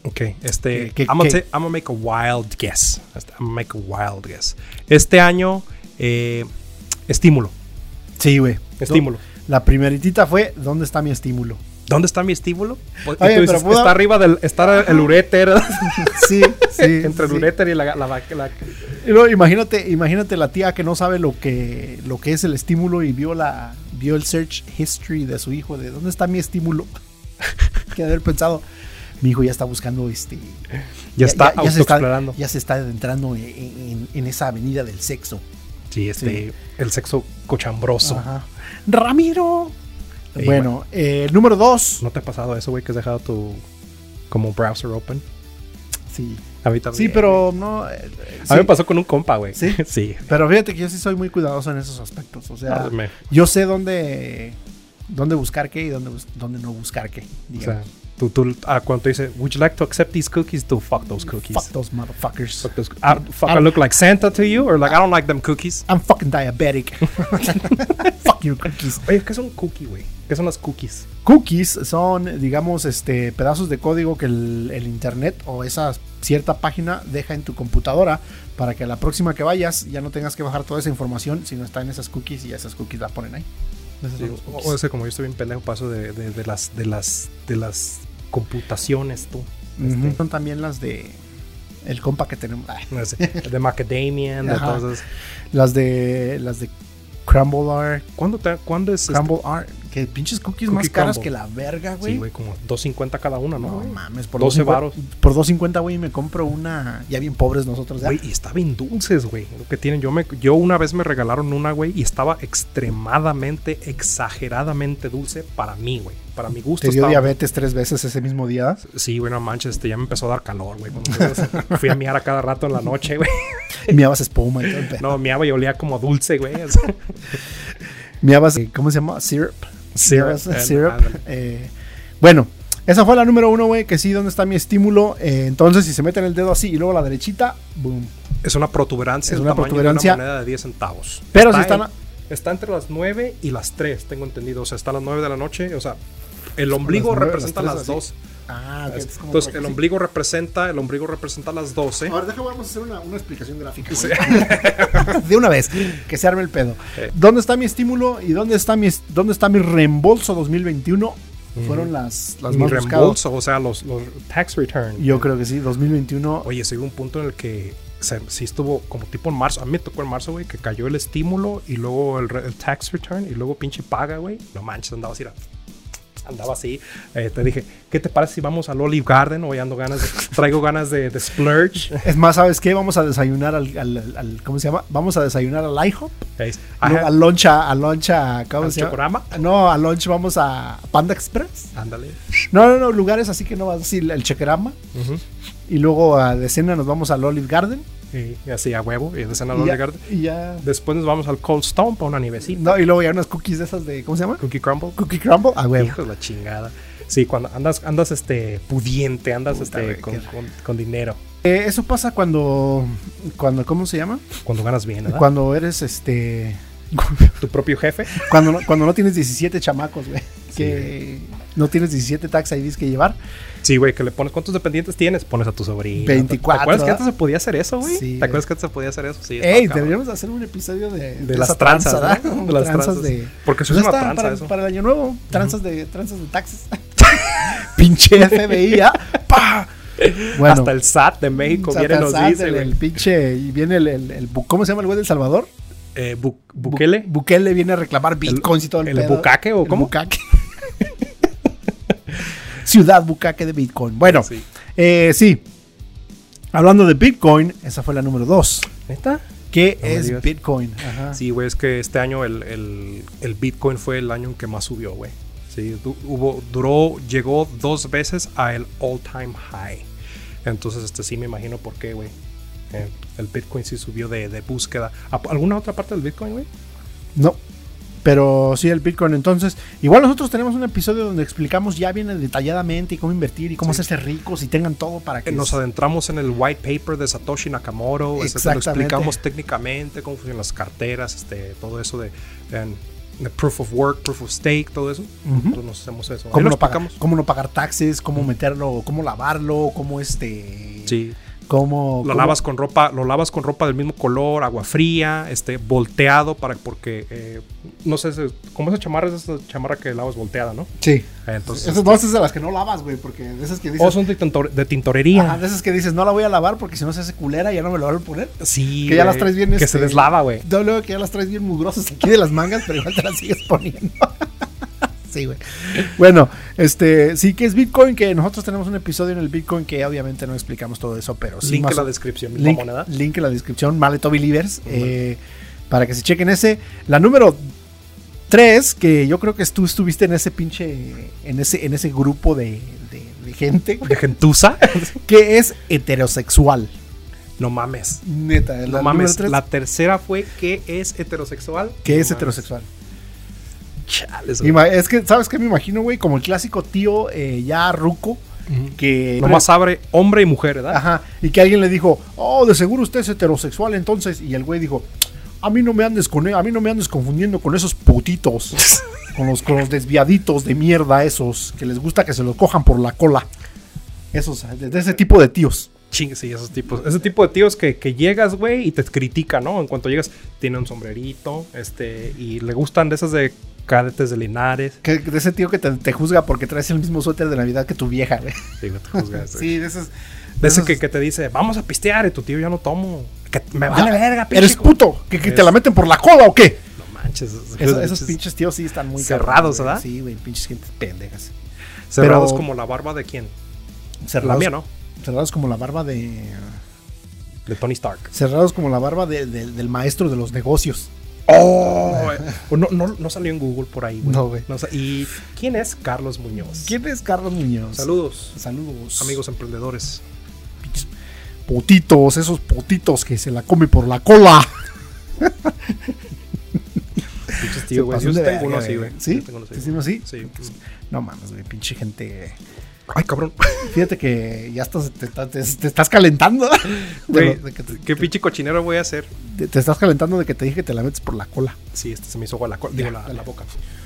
Speaker 2: Ok, este. Que, que, I'm, gonna que, I'm, gonna make a wild guess. I'm gonna make a wild guess. Este año, eh, estímulo.
Speaker 1: Sí, güey.
Speaker 2: Estímulo.
Speaker 1: La primeritita fue: ¿dónde está mi estímulo?
Speaker 2: ¿Dónde está mi estímulo? Oye, pero dices, puedo... Está arriba del está el uréter.
Speaker 1: sí, sí.
Speaker 2: Entre el
Speaker 1: sí.
Speaker 2: uréter y la... la, la, la...
Speaker 1: No, imagínate, imagínate la tía que no sabe lo que, lo que es el estímulo y vio, la, vio el search history de su hijo. ¿De dónde está mi estímulo? que haber pensado... Mi hijo ya está buscando este...
Speaker 2: Ya, está
Speaker 1: ya, ya, ya, se, está, ya se está adentrando en, en, en, esa avenida del sexo.
Speaker 2: Sí, este... Sí. El sexo cochambroso. Ajá.
Speaker 1: ¡Ramiro! Hey, bueno, eh, número 2.
Speaker 2: ¿No te ha pasado eso, güey, que has dejado tu como browser open?
Speaker 1: Sí.
Speaker 2: A mí también.
Speaker 1: Sí, pero no. Eh,
Speaker 2: a sí. mí me pasó con un compa, güey.
Speaker 1: Sí.
Speaker 2: sí.
Speaker 1: Pero fíjate que yo sí soy muy cuidadoso en esos aspectos. O sea, Hazme. yo sé dónde, dónde buscar qué y dónde, dónde no buscar qué.
Speaker 2: Digamos. O sea, tú, tú ah, cuando te dice, Would you like to accept these cookies? To fuck those Ah, cookies.
Speaker 1: Fuck those motherfuckers.
Speaker 2: Fuck those, I, fuck, I look like Santa to you, or like I don't like them cookies.
Speaker 1: I'm fucking diabetic. fuck your cookies.
Speaker 2: Oye, ¿qué es un cookie, güey? ¿Qué son las cookies?
Speaker 1: Cookies son, digamos, este pedazos de código que el, el, internet o esa cierta página deja en tu computadora para que a la próxima que vayas ya no tengas que bajar toda esa información, sino está en esas cookies y ya esas cookies la ponen ahí.
Speaker 2: Sí, o, sea, como yo estoy bien pendejo, paso de, de, de, las de las de las computaciones tú.
Speaker 1: Uh -huh. este. Son también las de el compa que tenemos.
Speaker 2: No sé, de Macadamian, de todas esas.
Speaker 1: Las de las de Crumble Art.
Speaker 2: ¿Cuándo, te, ¿cuándo es?
Speaker 1: Crumble este? Art. Que pinches cookies Cookie más caras crumble. que la verga, güey.
Speaker 2: Sí, güey, como 2.50 cada una, ¿no?
Speaker 1: No mames,
Speaker 2: por 12 varos.
Speaker 1: Por 2.50, güey, me compro una. Ya bien pobres nosotros, ya.
Speaker 2: Güey, y está bien dulces, güey. Lo que tienen. Yo, me, yo una vez me regalaron una, güey, y estaba extremadamente, exageradamente dulce para mí, güey. Para mi
Speaker 1: ¿Te
Speaker 2: gusto.
Speaker 1: dio
Speaker 2: estaba,
Speaker 1: diabetes tres veces ese mismo día?
Speaker 2: Sí, güey, no manches, este, ya me empezó a dar calor, güey. fui a miar a cada rato en la noche, güey.
Speaker 1: Miabas espuma y todo el pedo.
Speaker 2: No, miaba y olía como dulce, güey.
Speaker 1: miabas, eh, ¿cómo se llama? Syrup.
Speaker 2: Syrup.
Speaker 1: syrup. Eh, bueno, esa fue la número uno, güey, que sí, ¿dónde está mi estímulo? Eh, entonces, si se meten el dedo así y luego la derechita, boom.
Speaker 2: Es una protuberancia.
Speaker 1: Es una protuberancia.
Speaker 2: De una moneda de 10 centavos.
Speaker 1: Pero está si están...
Speaker 2: En, está entre las 9 y las 3, tengo entendido. O sea, está a las 9 de la noche. O sea, el ombligo las 9, representa las, 3, las 2.
Speaker 1: Ah, okay,
Speaker 2: Entonces, el ombligo representa, el ombligo representa las 12.
Speaker 1: Ahora, déjame vamos a hacer una, una explicación gráfica. Sí. de una vez, que se arme el pedo. Okay. ¿Dónde está mi estímulo y dónde está mi, dónde está mi reembolso 2021? Mm -hmm. Fueron las, las
Speaker 2: mi más reembolso, buscadas. o sea, los, los tax return.
Speaker 1: Yo creo que sí, 2021.
Speaker 2: Oye, se hubo un punto en el que se, sí estuvo como tipo en marzo. A mí me tocó en marzo, güey, que cayó el estímulo y luego el, el tax return y luego pinche paga, güey. No manches, andaba así andaba así. Eh, te dije, ¿qué te parece si vamos al Olive Garden? Hoy ando ganas, de, traigo ganas de, de, splurge.
Speaker 1: Es más, ¿sabes qué? Vamos a desayunar al, al, al ¿cómo se llama? Vamos a desayunar al IHOP.
Speaker 2: Okay.
Speaker 1: No, al lunch, a, a lunch, a, ¿cómo
Speaker 2: ¿Al
Speaker 1: se
Speaker 2: llama?
Speaker 1: No, al lunch vamos a Panda Express.
Speaker 2: Ándale.
Speaker 1: No, no, no, lugares así que no vas a decir el Checorama. Uh -huh. Y luego a de cena nos vamos al Olive Garden.
Speaker 2: Y, y así a huevo, y de cena al Olive Garden.
Speaker 1: Y ya.
Speaker 2: Después nos vamos al Cold Stone para una nievecita.
Speaker 1: No, y luego ya unas cookies de esas de, ¿cómo se llama?
Speaker 2: Cookie Crumble.
Speaker 1: Cookie Crumble, a huevo.
Speaker 2: Hijo de la chingada. Sí, cuando andas, andas este, pudiente, andas Puta, este, con, con, con, dinero.
Speaker 1: Eh, eso pasa cuando, cuando, ¿cómo se llama?
Speaker 2: Cuando ganas bien, ¿verdad?
Speaker 1: Cuando eres, este...
Speaker 2: ¿Tu propio jefe?
Speaker 1: Cuando no, cuando no tienes 17 chamacos, güey. Sí. Que no tienes 17 tax IDs que llevar.
Speaker 2: Sí, güey, que le pones. ¿Cuántos dependientes tienes? Pones a tu sobrino.
Speaker 1: 24.
Speaker 2: ¿Te acuerdas que antes se podía hacer eso, güey?
Speaker 1: Sí,
Speaker 2: ¿Te acuerdas que antes se podía hacer eso? Sí.
Speaker 1: Ey, deberíamos hacer un episodio de,
Speaker 2: de, de las tranzas, tranza,
Speaker 1: ¿no? De las tranzas, de. Pues
Speaker 2: Porque eso es una está, tranza,
Speaker 1: para,
Speaker 2: eso.
Speaker 1: Para el año nuevo, tranzas uh -huh. de tranzas de taxes. pinche FBI, ¿ah? ¡Pah!
Speaker 2: Bueno, Hasta el SAT de México viene los dice,
Speaker 1: el, el, pinche. Y viene el, el, el. ¿Cómo se llama el güey del Salvador?
Speaker 2: Eh, bu Bukele.
Speaker 1: Bukele viene a reclamar bitcoins y todo el,
Speaker 2: el pedo. bucaque o cómo?
Speaker 1: Bucaque. Ciudad bucaque de Bitcoin. Bueno, sí. Eh, sí. Hablando de Bitcoin, esa fue la número 2.
Speaker 2: ¿Esta?
Speaker 1: ¿Qué no es Bitcoin?
Speaker 2: Ajá. Sí, güey, es que este año el, el, el Bitcoin fue el año en que más subió, güey. Sí, du- hubo, duró, llegó dos veces a el all time high. Entonces, este sí me imagino por qué, güey. Eh, el Bitcoin sí subió de, de búsqueda. ¿A- ¿Alguna otra parte del Bitcoin, güey?
Speaker 1: No. Pero sí, el Bitcoin. Entonces, igual nosotros tenemos un episodio donde explicamos ya bien detalladamente y cómo invertir y cómo
Speaker 2: Sí.
Speaker 1: hacerse ricos y tengan todo para que.
Speaker 2: Eh, Nos adentramos en el white paper de Satoshi Nakamoto. Este, te lo
Speaker 1: Exactamente.
Speaker 2: explicamos técnicamente cómo funcionan las carteras, este, todo eso de, en- de proof of work, proof of stake, todo eso. Nosotros nos hacemos eso. Ahí
Speaker 1: cómo,
Speaker 2: lo
Speaker 1: no pagar,
Speaker 2: explicamos.
Speaker 1: cómo no pagar taxes, cómo meterlo, cómo lavarlo, cómo este.
Speaker 2: Sí.
Speaker 1: Cómo.
Speaker 2: lo
Speaker 1: cómo-
Speaker 2: lavas con ropa lo lavas con ropa del mismo color agua fría este volteado para porque eh, no sé se- como esa chamarra es esa chamarra que lavas volteada no
Speaker 1: Sí.
Speaker 2: Eh, entonces
Speaker 1: Esas no, esas de las que no lavas, güey, porque de esas que dices.
Speaker 2: o son de, tintor- de
Speaker 1: Ajá,
Speaker 2: tintorería
Speaker 1: de esas que dices, no la voy a lavar porque si no se hace culera, ya no me la van a poner.
Speaker 2: sí
Speaker 1: Que ya
Speaker 2: güey,
Speaker 1: las traes bien,
Speaker 2: que
Speaker 1: este,
Speaker 2: se deslava güey
Speaker 1: No, luego que ya las traes bien mugrosas aquí de las mangas, pero igual te las sigues poniendo. sí, güey. Bueno, este, sí que es Bitcoin, que nosotros tenemos un episodio en el Bitcoin que obviamente no explicamos todo eso, pero sí
Speaker 2: link
Speaker 1: más
Speaker 2: en la
Speaker 1: o-
Speaker 2: descripción
Speaker 1: link,
Speaker 2: misma moneda
Speaker 1: link en la descripción, Maleto Believers, eh, para que se chequen ese. La número 3, que yo creo que tú estuviste en ese pinche, en ese, en ese grupo de, de- de gente, güey,
Speaker 2: de gentuza
Speaker 1: que es heterosexual.
Speaker 2: no mames
Speaker 1: Neta, la
Speaker 2: no
Speaker 1: número
Speaker 2: mames
Speaker 1: tres,
Speaker 2: la tercera fue que es heterosexual
Speaker 1: que
Speaker 2: No
Speaker 1: es
Speaker 2: mames.
Speaker 1: heterosexual.
Speaker 2: Chales, güey.
Speaker 1: Ima- Es que, ¿sabes qué me imagino, güey? Como el clásico tío eh, ya ruco
Speaker 2: Ujú.
Speaker 1: que...
Speaker 2: nomás abre hombre y mujer ¿verdad?
Speaker 1: Ajá, y que alguien le dijo, oh, de seguro usted es heterosexual entonces. Y el güey dijo, a mí no me andes con e, a mí no me andes confundiendo con esos putitos. con, los, con los desviaditos de mierda esos, que les gusta que se los cojan por la cola. Esos, de, de ese tipo de tíos.
Speaker 2: Ching, sí, esos tipos. Ese tipo de tíos que, que llegas, güey, y te critican, ¿no? En cuanto llegas, tiene un sombrerito, este, y le gustan de esas de cadetes de Linares.
Speaker 1: Que, de ese tío que te, te juzga porque traes el mismo suéter de Navidad que tu vieja, güey.
Speaker 2: Sí, güey, te juzgas, güey.
Speaker 1: de esos...
Speaker 2: de ese que, que te dice, vamos a pistear, y tu tío ya no tomo. Que me
Speaker 1: Ya,
Speaker 2: vale verga, pinche.
Speaker 1: Eres
Speaker 2: co-".
Speaker 1: puto, que, que te
Speaker 2: Es-
Speaker 1: la meten por la cola o qué.
Speaker 2: No manches. esos-
Speaker 1: Eso-
Speaker 2: esos
Speaker 1: esos pinches tíos sí están muy cabrones,
Speaker 2: Cerrados,
Speaker 1: güey.
Speaker 2: ¿verdad?
Speaker 1: Sí, güey, pinches gente pendejas.
Speaker 2: Cerrados
Speaker 1: pero-
Speaker 2: como la barba de quién?
Speaker 1: Cerrados,
Speaker 2: La mía, ¿no?
Speaker 1: cerrados como la barba de.
Speaker 2: De Tony Stark.
Speaker 1: Cerrados como la barba de- de- del maestro de los negocios.
Speaker 2: ¡Oh! güey. no, no, no salió en Google por ahí, güey.
Speaker 1: No, güey.
Speaker 2: sa- ¿Y quién es Carlos Muñoz?
Speaker 1: ¿Quién es Carlos Muñoz?
Speaker 2: Saludos,
Speaker 1: Saludos.
Speaker 2: amigos emprendedores.
Speaker 1: Pinches Putitos, esos putitos que se la come por la cola.
Speaker 2: Pinches
Speaker 1: Se
Speaker 2: tíos, güey.
Speaker 1: pasó
Speaker 2: Yo
Speaker 1: de
Speaker 2: tengo
Speaker 1: verga,
Speaker 2: uno así,
Speaker 1: güey.
Speaker 2: güey.
Speaker 1: ¿Sí?
Speaker 2: Yo tengo uno
Speaker 1: ¿Te
Speaker 2: así, güey.
Speaker 1: hicieron así?
Speaker 2: Sí.
Speaker 1: No mames, güey, pinche gente.
Speaker 2: Ay, cabrón.
Speaker 1: Fíjate que ya estás, te, te- te- te estás calentando. De
Speaker 2: Güey,
Speaker 1: lo- de que te,
Speaker 2: ¿Qué pinche cochinero voy a hacer?
Speaker 1: te- te estás calentando de que te dije que te la metes por la cola.
Speaker 2: Sí, este se me hizo agua la, co-
Speaker 1: Ya,
Speaker 2: digo, la,
Speaker 1: dale.
Speaker 2: la boca.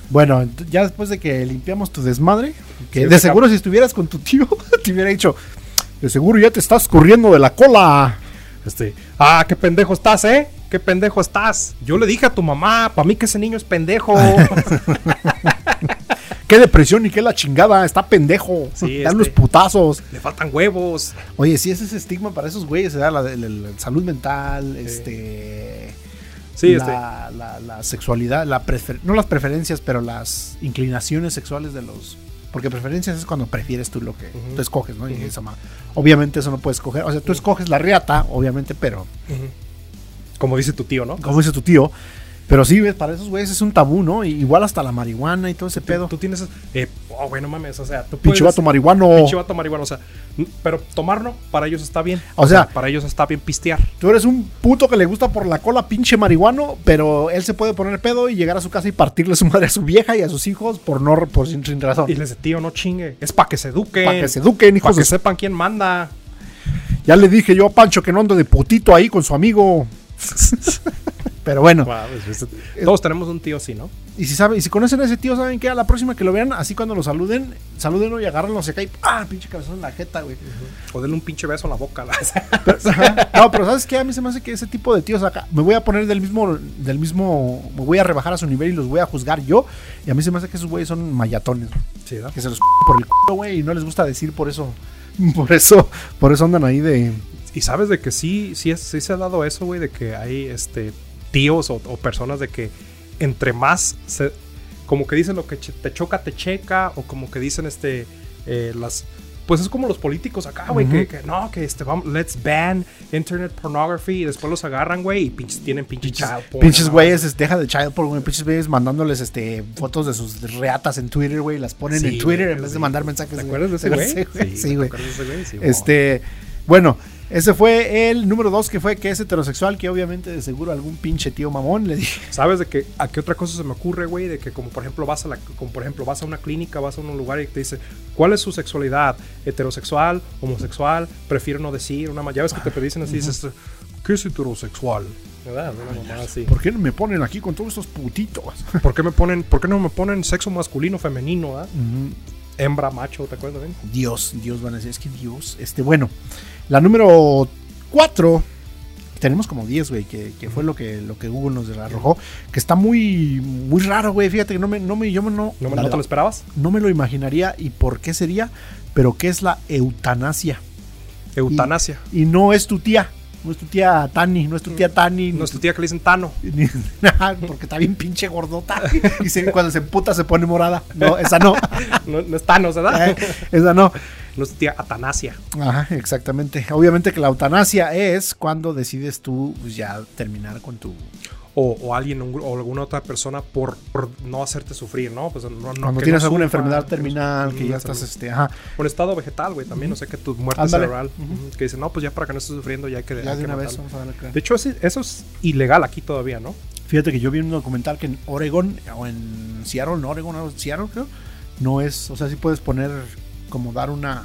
Speaker 1: Bueno, ent- ya después de que limpiamos tu desmadre, que
Speaker 2: Sí,
Speaker 1: de
Speaker 2: acá-
Speaker 1: seguro si estuvieras con tu tío, te hubiera dicho, de seguro ya te estás corriendo de la cola.
Speaker 2: Este, ah, qué pendejo estás, ¿eh? Qué pendejo estás. Yo le dije a tu mamá, para mí que ese niño es pendejo.
Speaker 1: Qué depresión y qué la chingada, está pendejo.
Speaker 2: Sí,
Speaker 1: Dan
Speaker 2: este-
Speaker 1: los putazos.
Speaker 2: le faltan huevos.
Speaker 1: Oye, sí, ese es estigma para esos güeyes, ¿verdad? La, de- la- la salud mental, este...
Speaker 2: Sí, este.
Speaker 1: la, la- la sexualidad, la prefer- no las preferencias, pero las inclinaciones sexuales de los... Porque preferencias es cuando prefieres tú lo que
Speaker 2: Ujú.
Speaker 1: tú escoges, ¿no? Y
Speaker 2: Ujú.
Speaker 1: esa ma- obviamente eso no puedes escoger. O sea, tú escoges la riata, obviamente, pero...
Speaker 2: este. Ujú. Como dice tu tío, ¿no?
Speaker 1: como dice tu tío. Pero sí, ves, para esos güeyes es un tabú, ¿no? Y Igual hasta la marihuana y todo ese pedo.
Speaker 2: Tú, tú tienes. Eh, oh, güey, no mames. O sea, tú
Speaker 1: Pinche
Speaker 2: puedes-
Speaker 1: vato marihuano.
Speaker 2: pinche vato marihuana. O sea, n- pero tomarlo, para ellos está bien.
Speaker 1: O sea-
Speaker 2: para ellos está bien pistear.
Speaker 1: Tú eres un puto que le gusta por la cola pinche marihuano, pero él se puede poner pedo y llegar a su casa y partirle su madre a su vieja y a sus hijos por no por sin, sin razón.
Speaker 2: Y les dice, tío, no chingue. Es para que se eduquen.
Speaker 1: Para que se eduquen,
Speaker 2: Para
Speaker 1: hijos.
Speaker 2: que
Speaker 1: de su-
Speaker 2: sepan quién manda.
Speaker 1: Ya le dije yo a Pancho que no ando de putito ahí con su amigo. Pero bueno,
Speaker 2: Wow, es- es- todos tenemos un tío así, ¿no?
Speaker 1: y si saben, y si conocen a ese tío, saben que a la próxima que lo vean, así cuando lo saluden, salúdenlo y agárrenlo acá y ah, pinche cabezón en la jeta, güey.
Speaker 2: O denle un pinche beso en la boca. la-
Speaker 1: Pero- ajá. no, pero ¿sabes qué? A mí se me hace que ese tipo de tíos acá, me voy a poner del mismo, del mismo, me voy a rebajar a su nivel y los voy a juzgar yo. Y a mí se me hace que esos güeyes son mayatones, güey,
Speaker 2: Sí, ¿verdad?
Speaker 1: que se los c- por el culo, güey, y no les gusta decir por eso, por eso, por eso andan ahí de...
Speaker 2: Y sabes de que sí, sí, es- sí se ha dado eso, güey, de que hay este tíos o, o personas de que entre más se, como que dicen lo que che- te choca, te checa, o como que dicen este eh, las pues es como los políticos acá, güey, que, que no, que este, vamos, let's ban internet pornography y después los agarran, güey, y pinches, tienen pinche child porn,
Speaker 1: Pinches
Speaker 2: ¿no?
Speaker 1: güeyes, este, deja de child porn, güey. Pinches güeyes mandándoles este, fotos de sus reatas en Twitter, güey. y Las ponen
Speaker 2: Sí,
Speaker 1: en Twitter
Speaker 2: güey,
Speaker 1: en vez de
Speaker 2: sí.
Speaker 1: mandar mensajes.
Speaker 2: ¿Te
Speaker 1: güey.
Speaker 2: acuerdas de ese
Speaker 1: Sí,
Speaker 2: güey?
Speaker 1: Sí, güey.
Speaker 2: ¿Te acuerdas de ese güey? Sí,
Speaker 1: Este, bueno, ese fue el número dos que fue que es heterosexual, que obviamente de seguro algún pinche tío mamón le dije.
Speaker 2: ¿Sabes de que a qué otra cosa se me ocurre, güey? De que como por ejemplo vas a la, como por ejemplo vas a una clínica, vas a un lugar y te dice, ¿cuál es su sexualidad? ¿Heterosexual? ¿Homosexual? Prefiero no decir, una ma- ya ves que te dicen así, dices, ¿qué es heterosexual? ¿Verdad? Una mamada así.
Speaker 1: ¿Por qué me ponen aquí con todos estos putitos?
Speaker 2: ¿Por qué me ponen, por qué no me ponen sexo masculino, femenino, ah? Hembra, macho, ¿te acuerdas bien?
Speaker 1: Dios, Dios van a decir, es que Dios. Este, bueno, la número 4. Tenemos como 10, güey, que, que fue lo que, lo que Google nos arrojó. Que está muy, muy raro, güey. Fíjate que no me, no me, yo me- no,
Speaker 2: ¿No, me- no te lo esperabas?
Speaker 1: no me lo imaginaría y por qué sería, pero ¿qué es la eutanasia?
Speaker 2: Eutanasia.
Speaker 1: Y no es tu tía, no es tu tía Tani, no es tu tía Tani.
Speaker 2: No es tu tía que le dicen Tano.
Speaker 1: ni- nada, porque está bien pinche gordota. Y se- cuando se emputa se pone morada. No, esa no.
Speaker 2: No, no es Thanos, ¿verdad?
Speaker 1: eh, esa no.
Speaker 2: No es tu tía Atanasia.
Speaker 1: Ajá, exactamente. Obviamente que la eutanasia es cuando decides tú pues, ya terminar con tu.
Speaker 2: o, o alguien un gru- o alguna otra persona por, por no hacerte sufrir, ¿no? Pues no, no-
Speaker 1: Cuando
Speaker 2: que
Speaker 1: tienes
Speaker 2: no
Speaker 1: alguna
Speaker 2: sufra,
Speaker 1: enfermedad
Speaker 2: que no-
Speaker 1: terminal, que
Speaker 2: una
Speaker 1: ya estás,
Speaker 2: enfermedad.
Speaker 1: este, ajá,
Speaker 2: Por estado vegetal, güey, también. O sea, que tu muerte
Speaker 1: Ándale.
Speaker 2: cerebral. ujú, Que dicen, no, pues ya para que no estés sufriendo, ya hay que.
Speaker 1: ya
Speaker 2: hay
Speaker 1: de
Speaker 2: que
Speaker 1: una vez
Speaker 2: matarlo".
Speaker 1: vamos a darle acá.
Speaker 2: De hecho, ese- eso es ilegal aquí todavía, ¿no?
Speaker 1: Fíjate que yo vi en un documental que en Oregon, o en Seattle, en Oregon, o Seattle creo, no es, o sea, sí puedes poner, como dar una,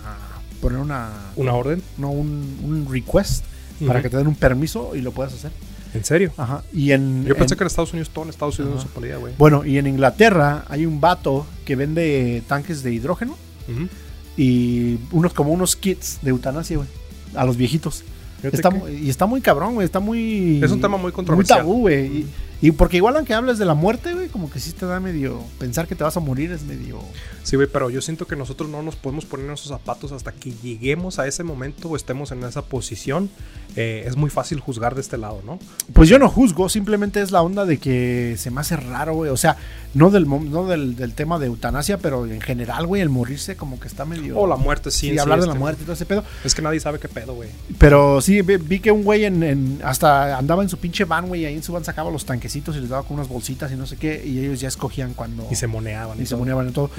Speaker 1: poner una,
Speaker 2: Una orden.
Speaker 1: no, un, un request para
Speaker 2: Ujú.
Speaker 1: que te den un permiso y lo puedas hacer.
Speaker 2: ¿En serio?
Speaker 1: Ajá. Y en,
Speaker 2: Yo pensé
Speaker 1: en-
Speaker 2: que en Estados Unidos todo en Estados Unidos
Speaker 1: Ajá.
Speaker 2: se podía, güey.
Speaker 1: bueno, y en Inglaterra hay un vato que vende tanques de hidrógeno
Speaker 2: Ujú.
Speaker 1: y unos como unos kits de eutanasia, güey, a los viejitos.
Speaker 2: Fíjate
Speaker 1: Está,
Speaker 2: que-
Speaker 1: mu- y está muy cabrón, güey. Está muy.
Speaker 2: Es un tema muy controversial.
Speaker 1: Muy tabú, güey. Y- Y, porque igual, aunque hables de la muerte, güey, como que sí te da medio. Pensar que te vas a morir es medio.
Speaker 2: Sí, güey, pero yo siento que nosotros no nos podemos poner en esos zapatos hasta que lleguemos a ese momento o estemos en esa posición. Eh, es muy fácil juzgar de este lado, ¿no?
Speaker 1: Pues yo no juzgo, simplemente es la onda de que se me hace raro, güey. O sea, no del mom- no del, del tema de eutanasia, pero en general, güey, el morirse como que está medio.
Speaker 2: O la muerte, sí.
Speaker 1: Sí,
Speaker 2: en sí,
Speaker 1: hablar de la
Speaker 2: este,
Speaker 1: muerte y todo ese pedo.
Speaker 2: Es que nadie sabe qué pedo, güey.
Speaker 1: Pero sí, vi, vi que un güey en, en- hasta andaba en su pinche van, güey, y ahí en su van sacaba los tanquecitos y les daba con unas bolsitas y no sé qué, y ellos ya escogían cuando.
Speaker 2: Y se moneaban.
Speaker 1: y se
Speaker 2: todo.
Speaker 1: ponían en todo.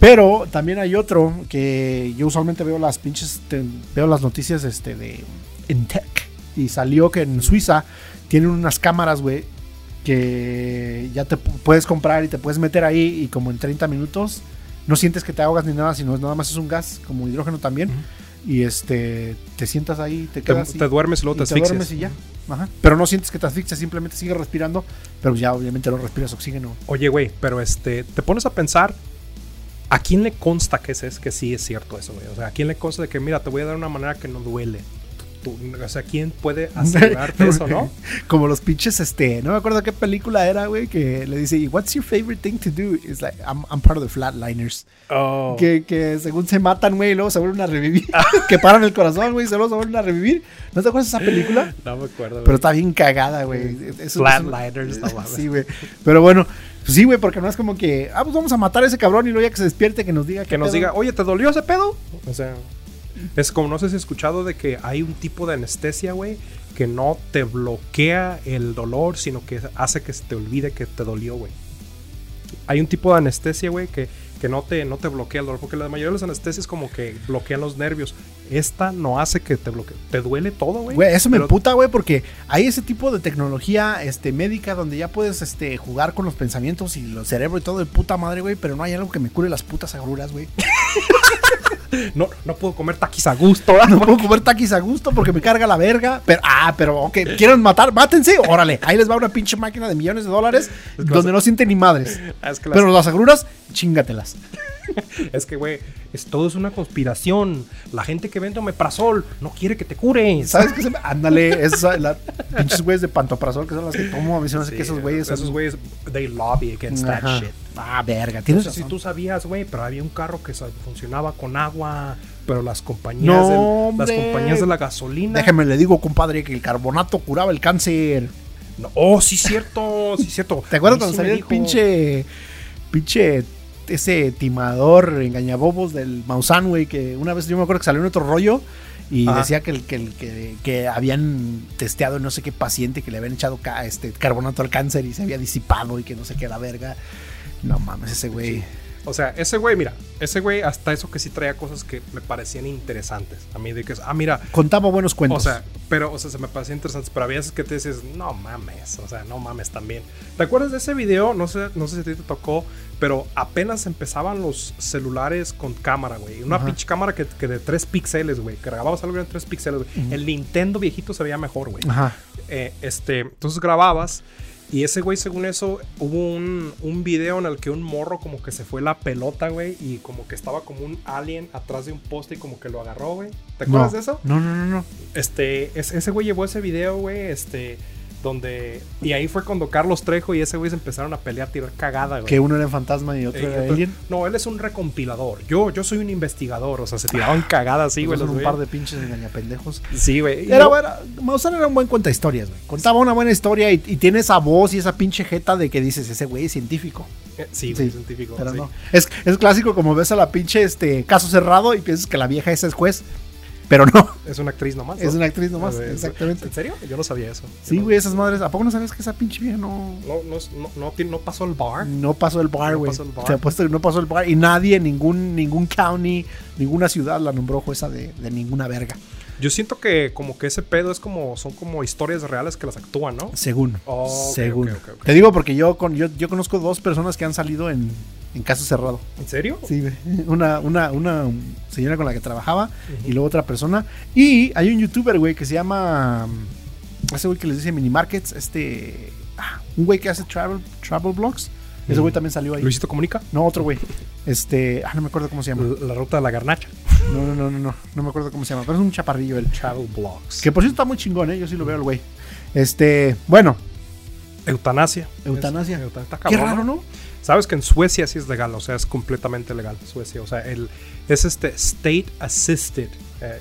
Speaker 1: Pero también hay otro que yo usualmente veo las pinches, te- veo las noticias este de en tech y salió que en Suiza tienen unas cámaras, güey, que ya te pu- puedes comprar y te puedes meter ahí y como en 30 minutos no sientes que te ahogas ni nada, sino es nada más es un gas como hidrógeno también y este te sientas ahí, te
Speaker 2: Te,
Speaker 1: quedas y-
Speaker 2: te duermes y luego
Speaker 1: y
Speaker 2: te
Speaker 1: te
Speaker 2: asfixias.
Speaker 1: duermes y ya. Ajá. Pero no sientes que te asfixias, simplemente sigues respirando, pero ya obviamente no respiras oxígeno.
Speaker 2: Oye, güey, pero este, te pones a pensar. ¿A quién le consta que, ese es, que sí es cierto eso, güey? O sea, ¿a quién le consta de que, mira, te voy a dar una manera que no duele? Tú- tú- o sea, ¿quién puede asegurarte eso, no?
Speaker 1: Como los pinches, este, no me acuerdo qué película era, güey, que le dice, "Y what's your favorite thing to do? It's like, I'm, I'm part of the flatliners.
Speaker 2: Oh.
Speaker 1: Que, que según se matan, güey, y luego se vuelven a revivir. que paran el corazón, güey, y luego se vuelven a revivir. ¿No te acuerdas de esa película?
Speaker 2: No me acuerdo,
Speaker 1: Pero
Speaker 2: güey.
Speaker 1: está bien cagada, güey. Eso- eso-
Speaker 2: Flatliners, no mames.
Speaker 1: Sí, güey. Pero bueno, pues sí, güey, porque no es como que, ah, pues vamos a matar a ese cabrón y luego ya que se despierte, que nos diga
Speaker 2: que nos
Speaker 1: pedo".
Speaker 2: diga, oye, ¿te dolió ese pedo? O sea, es como, no sé si has escuchado de que hay un tipo de anestesia, güey, que no te bloquea el dolor, sino que hace que se te olvide que te dolió, güey. Hay un tipo de anestesia, güey, que, que no, te, no te bloquea el dolor, porque la mayoría de las anestesias como que bloquean los nervios. Esta no hace que te bloquee. Te duele todo, güey.
Speaker 1: Güey, eso me
Speaker 2: pero-
Speaker 1: emputa, güey, porque hay ese tipo de tecnología este, médica donde ya puedes este, jugar con los pensamientos y el cerebro y todo de puta madre, güey, pero no hay algo que me cure las putas agruras, güey.
Speaker 2: No, no puedo comer taquis a gusto. ¿verdad?
Speaker 1: No puedo comer taquis a gusto porque me carga la verga, pero, ah, pero, ok, ¿quieren matar? Mátense, órale, ahí les va una pinche máquina de millones de dólares donde no sienten ni madres.
Speaker 2: Ah, Es que, las-
Speaker 1: Pero las agruras, chingatelas.
Speaker 2: es que, güey, es, todo es una conspiración. La gente que vende omeprazol no quiere que te cures.
Speaker 1: ¿Sabes qué se me- Ándale, esas la- pinches güeyes de pantoprazol que son las que tomo, a mí se me hace que
Speaker 2: Sí,
Speaker 1: esos güeyes... son-
Speaker 2: Esos güeyes, they lobby against
Speaker 1: Ajá.
Speaker 2: that shit.
Speaker 1: Ah, verga,
Speaker 2: No
Speaker 1: tienes
Speaker 2: sé si
Speaker 1: razón.
Speaker 2: tú sabías, güey, pero había un carro que sa- funcionaba con agua, pero las compañías,
Speaker 1: No,
Speaker 2: del- las
Speaker 1: hombre.
Speaker 2: compañías de la gasolina.
Speaker 1: Déjeme le digo, compadre, que el carbonato curaba el cáncer.
Speaker 2: No, oh, sí, cierto, sí, cierto.
Speaker 1: ¿Te acuerdas
Speaker 2: A mí
Speaker 1: cuando
Speaker 2: sí
Speaker 1: salía
Speaker 2: me
Speaker 1: el
Speaker 2: dijo-
Speaker 1: pinche. pinche ese timador engañabobos del Mausan, güey, que una vez yo me acuerdo que salió en otro rollo y
Speaker 2: Ajá.
Speaker 1: decía que, el- que, el- que, que habían testeado no sé qué paciente que le habían echado ca- este carbonato al cáncer y se había disipado y que no sé qué la verga. No mames, ese güey.
Speaker 2: O sea, ese güey, mira, ese güey hasta eso que sí traía cosas que me parecían interesantes. A mí de que, es, ah, mira,
Speaker 1: Contaba buenos cuentos.
Speaker 2: o sea, pero, o sea, se me parecían interesantes, pero había veces que te dices, no mames, o sea, no mames también. ¿Te acuerdas de ese video? No sé, no sé si a ti te tocó, pero apenas empezaban los celulares con cámara, güey. Una
Speaker 1: Ajá.
Speaker 2: pinche cámara que, que de 3 píxeles, güey. que Grababas algo en 3 píxeles, güey. El Nintendo viejito se veía mejor, güey.
Speaker 1: Ajá.
Speaker 2: Eh, este, entonces grababas. Y ese güey, según eso, hubo un, un video en el que un morro como que se fue la pelota, güey. Y como que estaba como un alien atrás de un poste y como que lo agarró, güey. ¿Te acuerdas
Speaker 1: no.
Speaker 2: de eso?
Speaker 1: No, no, no, no.
Speaker 2: Este, es- ese güey llevó ese video, güey, este, donde... Y ahí fue cuando Carlos Trejo y ese güey se empezaron a pelear, a tirar cagada, güey.
Speaker 1: Que uno era fantasma y otro
Speaker 2: Eh,
Speaker 1: era
Speaker 2: entonces-
Speaker 1: alien.
Speaker 2: no, él es un recompilador. Yo, yo soy un investigador. O sea, se tiraban cagadas, sí, güey.
Speaker 1: Son Ah,
Speaker 2: los
Speaker 1: pues un
Speaker 2: güey.
Speaker 1: par de pinches engañapendejos.
Speaker 2: Sí, güey. y
Speaker 1: Era,
Speaker 2: lo-
Speaker 1: bueno, Maussan era un buen cuenta historias, güey. Contaba una buena historia y, y tiene esa voz y esa pinche jeta de que dices, ese güey es científico.
Speaker 2: eh, Sí, güey,
Speaker 1: Sí,
Speaker 2: científico.
Speaker 1: Pero
Speaker 2: sí.
Speaker 1: no. Es, es clásico como ves a la pinche este, caso cerrado y piensas que la vieja esa es juez. Pero no,
Speaker 2: Es una actriz nomás.
Speaker 1: es
Speaker 2: Ah, ¿no?
Speaker 1: una actriz nomás.
Speaker 2: A ver,
Speaker 1: exactamente.
Speaker 2: ¿En serio? Yo no sabía eso.
Speaker 1: Sí,
Speaker 2: Yo no-
Speaker 1: güey, esas madres. ¿A poco no sabes que esa pinche vieja no,
Speaker 2: No, no, no, no tiene- no pasó el bar.
Speaker 1: no pasó el bar,
Speaker 2: No
Speaker 1: güey?
Speaker 2: pasó el bar.
Speaker 1: Te apuesto que no pasó el bar. Y nadie, ningún, ningún county, ninguna ciudad la nombró jueza de, de ninguna verga.
Speaker 2: Yo siento que como que ese pedo es como, son como historias reales que las actúan, ¿no?
Speaker 1: Según.
Speaker 2: Oh, ok,
Speaker 1: según.
Speaker 2: ok, ok, ok.
Speaker 1: Te digo porque yo, con, yo, yo conozco dos personas que han salido en, en caso cerrado.
Speaker 2: ¿En serio?
Speaker 1: Sí, güey. una, una, una señora con la que trabajaba
Speaker 2: Ujú.
Speaker 1: y luego otra persona. Y hay un youtuber, güey, que se llama. mm, Ese güey que les dice mini markets. Este. ah, un güey que hace travel, travel blogs. Ese
Speaker 2: Mm.
Speaker 1: güey también salió ahí.
Speaker 2: Luisito Comunica.
Speaker 1: No, otro güey. Este. Ah, no me acuerdo cómo se llama.
Speaker 2: La la ruta de la garnacha.
Speaker 1: No, no, no, no, no. No me acuerdo cómo se llama. Pero es un chaparrillo él.
Speaker 2: Travel blogs.
Speaker 1: Que por cierto está muy chingón, ¿eh? Yo sí lo veo al güey. Este. Bueno,
Speaker 2: Eutanasia.
Speaker 1: Eutanasia.
Speaker 2: Es- euta- está
Speaker 1: qué
Speaker 2: cabrón,
Speaker 1: raro,
Speaker 2: ¿no?
Speaker 1: ¿no?
Speaker 2: Sabes que en Suecia sí es legal, o sea, es completamente legal Suecia. O sea, el, es este state assisted eh,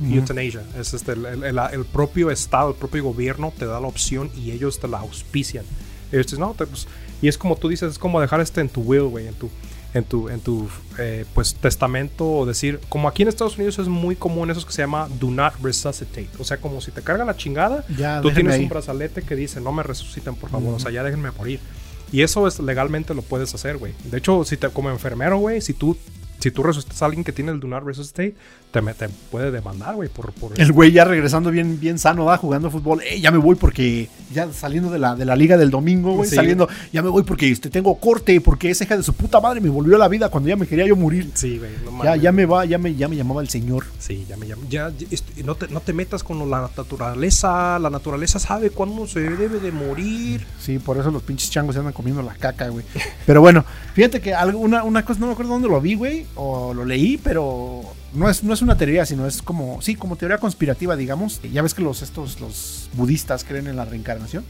Speaker 1: Ujú.
Speaker 2: euthanasia. Es este, el, el- el- el propio estado, el propio gobierno te da la opción y ellos te la auspician. Ellos dicen, no, te- pues", y es como tú dices, es como dejar este en tu will, güey, en tu, en tu, en tu eh, pues, testamento o decir, como aquí en Estados Unidos es muy común eso que se llama do not resuscitate. O sea, como si te carga la chingada,
Speaker 1: Ya,
Speaker 2: tú
Speaker 1: déjenme
Speaker 2: tienes
Speaker 1: ahí.
Speaker 2: un brazalete que dice, no me resuciten, por favor, o
Speaker 1: Ujú.
Speaker 2: sea, ya déjenme morir. Y eso es legalmente lo puedes hacer, güey. De hecho, si te, como enfermero, güey, si tú, si tú resucitas a alguien que tiene el Dunar Resuscitate, te, me- te puede demandar, güey, por, por
Speaker 1: El güey ya regresando bien, bien sano, va jugando fútbol. "Ey, ya me voy porque ya saliendo de la, de la liga del domingo, güey,
Speaker 2: Sí.
Speaker 1: saliendo, ya me voy porque este, tengo corte, porque esa hija de su puta madre me volvió a la vida cuando ya me quería yo morir.
Speaker 2: Sí, güey,
Speaker 1: Ya,
Speaker 2: no mames.
Speaker 1: ya me va, ya me, ya me llamaba el señor.
Speaker 2: Sí, ya me llamo. Ya, ya, este, no, te, no te metas con la naturaleza. La naturaleza sabe cuándo se debe de morir.
Speaker 1: Sí, por eso los pinches changos se andan comiendo la caca, güey. Pero bueno, fíjate que algo- una, una cosa, no me acuerdo dónde lo vi, güey, o lo leí, pero no es, no es una teoría, sino es como, sí, como teoría conspirativa, digamos. Ya ves que los, estos, los budistas creen en la reencarnación.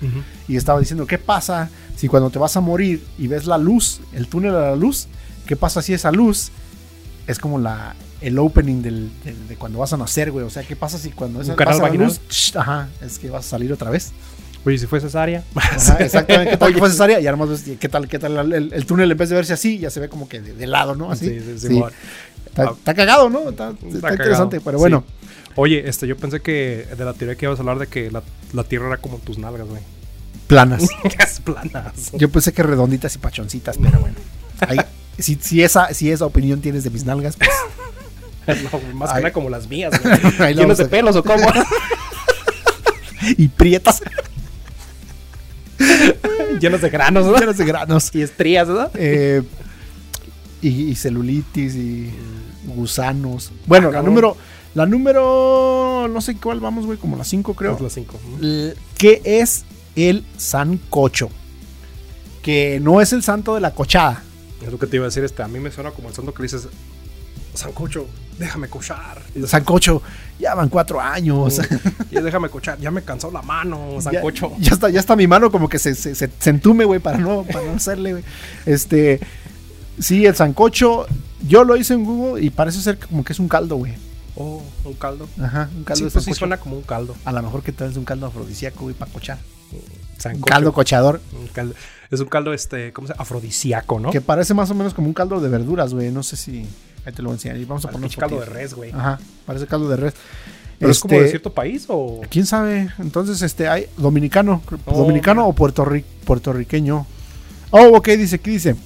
Speaker 1: y estaba diciendo, ¿qué pasa si cuando te vas a morir y ves la luz, el túnel a la luz? ¿Qué pasa si esa luz es como la el opening del, del- de cuando vas a nacer, güey? O sea, ¿qué pasa si cuando
Speaker 2: Un
Speaker 1: esa
Speaker 2: canal
Speaker 1: pasa la
Speaker 2: vaginal.
Speaker 1: luz, tsh, ajá, es que vas a salir otra vez?
Speaker 2: Oye, si fue cesárea.
Speaker 1: Ajá, exactamente, ¿qué tal que fue cesárea? Y además ves qué tal, qué tal el, el túnel en vez de verse así, ya se ve como que de, de lado, ¿no? Así.
Speaker 2: Sí, sí,
Speaker 1: Ah, Sí.
Speaker 2: Simón. Ah.
Speaker 1: Está, está cagado, ¿no? Está, está
Speaker 2: Está
Speaker 1: interesante,
Speaker 2: cagado,
Speaker 1: pero bueno.
Speaker 2: sí. Oye, este, yo pensé que de la teoría que ibas a hablar de que la, la tierra era como tus nalgas, güey.
Speaker 1: Planas.
Speaker 2: es planas.
Speaker 1: Yo pensé que redonditas y pachoncitas, pero bueno. Ahí- si, si esa, si esa opinión tienes de mis nalgas, pues
Speaker 2: No, más que
Speaker 1: Ay.
Speaker 2: nada como las mías, güey.
Speaker 1: ahí la
Speaker 2: ¿Llenas
Speaker 1: vamos
Speaker 2: de
Speaker 1: a-
Speaker 2: pelos o cómo?
Speaker 1: y prietas
Speaker 2: Llenas de granos, ¿no?
Speaker 1: llenas de granos.
Speaker 2: Y estrías, ¿verdad?
Speaker 1: Eh, y, y celulitis y gusanos. Bueno, la
Speaker 2: cabrón.
Speaker 1: número, la número, no sé cuál vamos, güey, como la 5 creo.
Speaker 2: Es las Pues cinco.
Speaker 1: L- ¿Qué es el sancocho? Que no es el santo de la cochada.
Speaker 2: Es lo que te iba a decir, este, a mí me suena como el santo que le dices, Sancocho, déjame cochar.
Speaker 1: El sancocho, ya van cuatro años.
Speaker 2: Ya déjame cochar, ya me cansó la mano,
Speaker 1: Ya-
Speaker 2: Mm, Sancocho.
Speaker 1: Ya, está, ya está mi mano como que se, se, se- se entume, güey, para no, para no hacerle, güey. Este. Sí, el sancocho. Yo lo hice en Google y parece ser como que es un caldo, güey.
Speaker 2: Oh, un caldo.
Speaker 1: Ajá, un caldo
Speaker 2: sí,
Speaker 1: de
Speaker 2: pues sí
Speaker 1: sancocho.
Speaker 2: suena como un caldo.
Speaker 1: A lo mejor que traes un caldo afrodisíaco y para cochar. Un
Speaker 2: Sancocho.
Speaker 1: caldo cochador.
Speaker 2: Un caldo. Es un caldo, este, ¿cómo se llama? Afrodisíaco, ¿no?
Speaker 1: Que parece más o menos como un caldo de verduras, güey. No sé si. Ahí te lo voy a enseñar. Y vamos a
Speaker 2: Al
Speaker 1: poner
Speaker 2: pinche
Speaker 1: un
Speaker 2: caldo de res, güey.
Speaker 1: Ajá, parece caldo de res.
Speaker 2: ¿Pero es como de
Speaker 1: Este,
Speaker 2: cierto país o...?
Speaker 1: ¿Quién sabe? Entonces, este, hay dominicano,
Speaker 2: Oh,
Speaker 1: dominicano
Speaker 2: mira.
Speaker 1: o puertorri- puertorriqueño. Oh, ok, dice, aquí dice.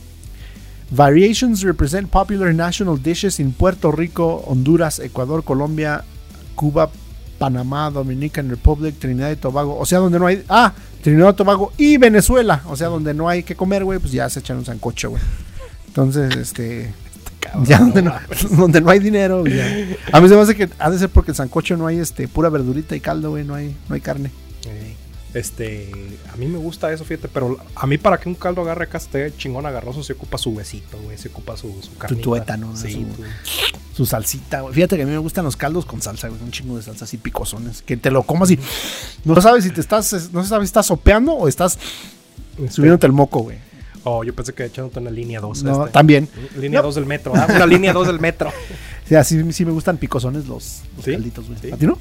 Speaker 1: Variations represent popular national dishes in Puerto Rico, Honduras, Ecuador, Colombia, Cuba, Panamá, Dominican Republic, Trinidad y Tobago. O sea, donde no hay. Ah, Trinidad y Tobago y Venezuela. O sea, donde no hay que comer, güey, pues ya se echan un sancocho, güey. Entonces, este.
Speaker 2: Cabrón,
Speaker 1: Ya donde
Speaker 2: no
Speaker 1: no,
Speaker 2: mames.
Speaker 1: donde no hay dinero. ya. A mí se me hace que ha de ser porque el sancocho no hay este pura verdurita y caldo, güey, no hay, no hay carne.
Speaker 2: Ey, Este, a mí me gusta eso, fíjate, pero a mí para que un caldo agarre acá esté chingón agarroso se ocupa su huesito, güey, se ocupa su, su carnita.
Speaker 1: tuétano,
Speaker 2: Sí,
Speaker 1: su-
Speaker 2: tu-
Speaker 1: Su salsita, güey. Fíjate que a mí me gustan los caldos con salsa, güey, un chingo de salsa así picosones. Que te lo comas y no sabes si te estás, es- no sabes si estás sopeando o estás
Speaker 2: este,
Speaker 1: subiéndote el moco, güey.
Speaker 2: Oh, yo pensé que echándote una línea 2.
Speaker 1: No,
Speaker 2: este.
Speaker 1: también.
Speaker 2: Línea
Speaker 1: No.
Speaker 2: 2 del metro, ah, una línea 2 del metro.
Speaker 1: Sí, así sí me gustan picosones los, los
Speaker 2: Sí,
Speaker 1: calditos, güey.
Speaker 2: sí.
Speaker 1: ¿A ti no?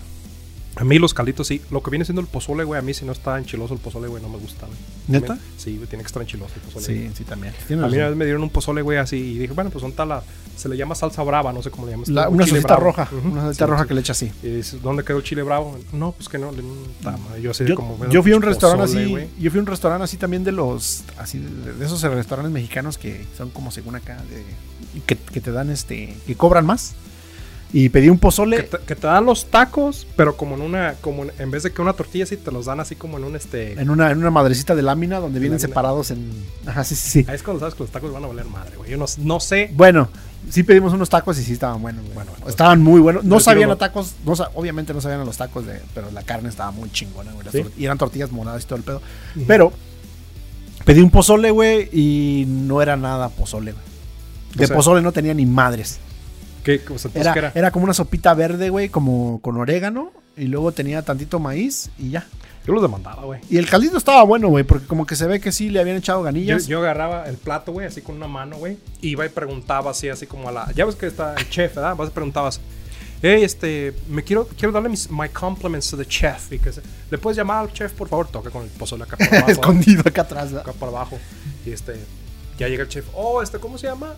Speaker 2: A mí los calditos sí, lo que viene siendo el pozole, güey, a mí si no está enchiloso el pozole, güey, no me gusta, güey.
Speaker 1: ¿Neta?
Speaker 2: Sí, güey, tiene que estar enchiloso el pozole.
Speaker 1: Sí, sí, también.
Speaker 2: A mí una vez me dieron un pozole, güey, así, y dije, bueno, pues son tala, se le llama salsa brava, no sé cómo le llamas.
Speaker 1: La-
Speaker 2: tú,
Speaker 1: una
Speaker 2: chile
Speaker 1: salsita
Speaker 2: bravo.
Speaker 1: roja,
Speaker 2: Ujú,
Speaker 1: una salsita
Speaker 2: sí,
Speaker 1: roja
Speaker 2: sí.
Speaker 1: que le echa así.
Speaker 2: Y dices, ¿dónde quedó el chile bravo? No, pues que no. le- puta madre, Yo, así de
Speaker 1: Yo,
Speaker 2: como,
Speaker 1: yo fui a un
Speaker 2: pozole,
Speaker 1: restaurante así,
Speaker 2: güey.
Speaker 1: yo fui a un restaurante así también de los, así de, de esos restaurantes mexicanos que son como según acá, de- que, que te dan este, que cobran más. Y pedí un
Speaker 2: Que
Speaker 1: pozole,
Speaker 2: te, que te dan los tacos, pero como en una, como en, en vez de que una tortilla así, te los dan así como en un este.
Speaker 1: en una, en una madrecita de lámina donde vienen
Speaker 2: lámina.
Speaker 1: separados en, ajá, sí, sí, sí.
Speaker 2: Ahí es cuando sabes que los tacos van a valer madre, güey. Yo no, no sé.
Speaker 1: Bueno, sí pedimos unos tacos y sí estaban buenos, güey.
Speaker 2: Bueno, entonces-
Speaker 1: estaban muy buenos.
Speaker 2: Yo
Speaker 1: No sabían
Speaker 2: quiero-
Speaker 1: a tacos, no, sa- obviamente no sabían a los tacos, de, pero la carne estaba muy chingona, güey. las
Speaker 2: ¿Sí?
Speaker 1: tor- Y eran tortillas moradas y todo el pedo. Pero pedí un pozole, güey, y no era nada pozole, güey. De
Speaker 2: O sea-
Speaker 1: pozole no tenía ni madres.
Speaker 2: ¿Qué, o sea, entonces,
Speaker 1: Era,
Speaker 2: ¿qué era?
Speaker 1: era como una sopita verde, güey, como con orégano. Y luego tenía tantito maíz y ya.
Speaker 2: Yo los demandaba, güey.
Speaker 1: Y el caldito estaba bueno, güey, porque como que se ve que sí le habían echado
Speaker 2: Yo,
Speaker 1: ganillas.
Speaker 2: yo agarraba el plato, güey, así con una mano, güey. Iba y preguntaba así, así como a la. Ya ves que está el chef, ¿verdad? Vas y preguntabas. Hey, este, me quiero, quiero darle mis my compliments to the chef. Y que se- ¿Le puedes llamar al chef, por favor? Toca con el pozole acá por abajo, ¿verdad?
Speaker 1: Escondido acá atrás. ¿verdad?
Speaker 2: acá por abajo. Y este, ya llega el chef. Oh, este, ¿cómo se llama?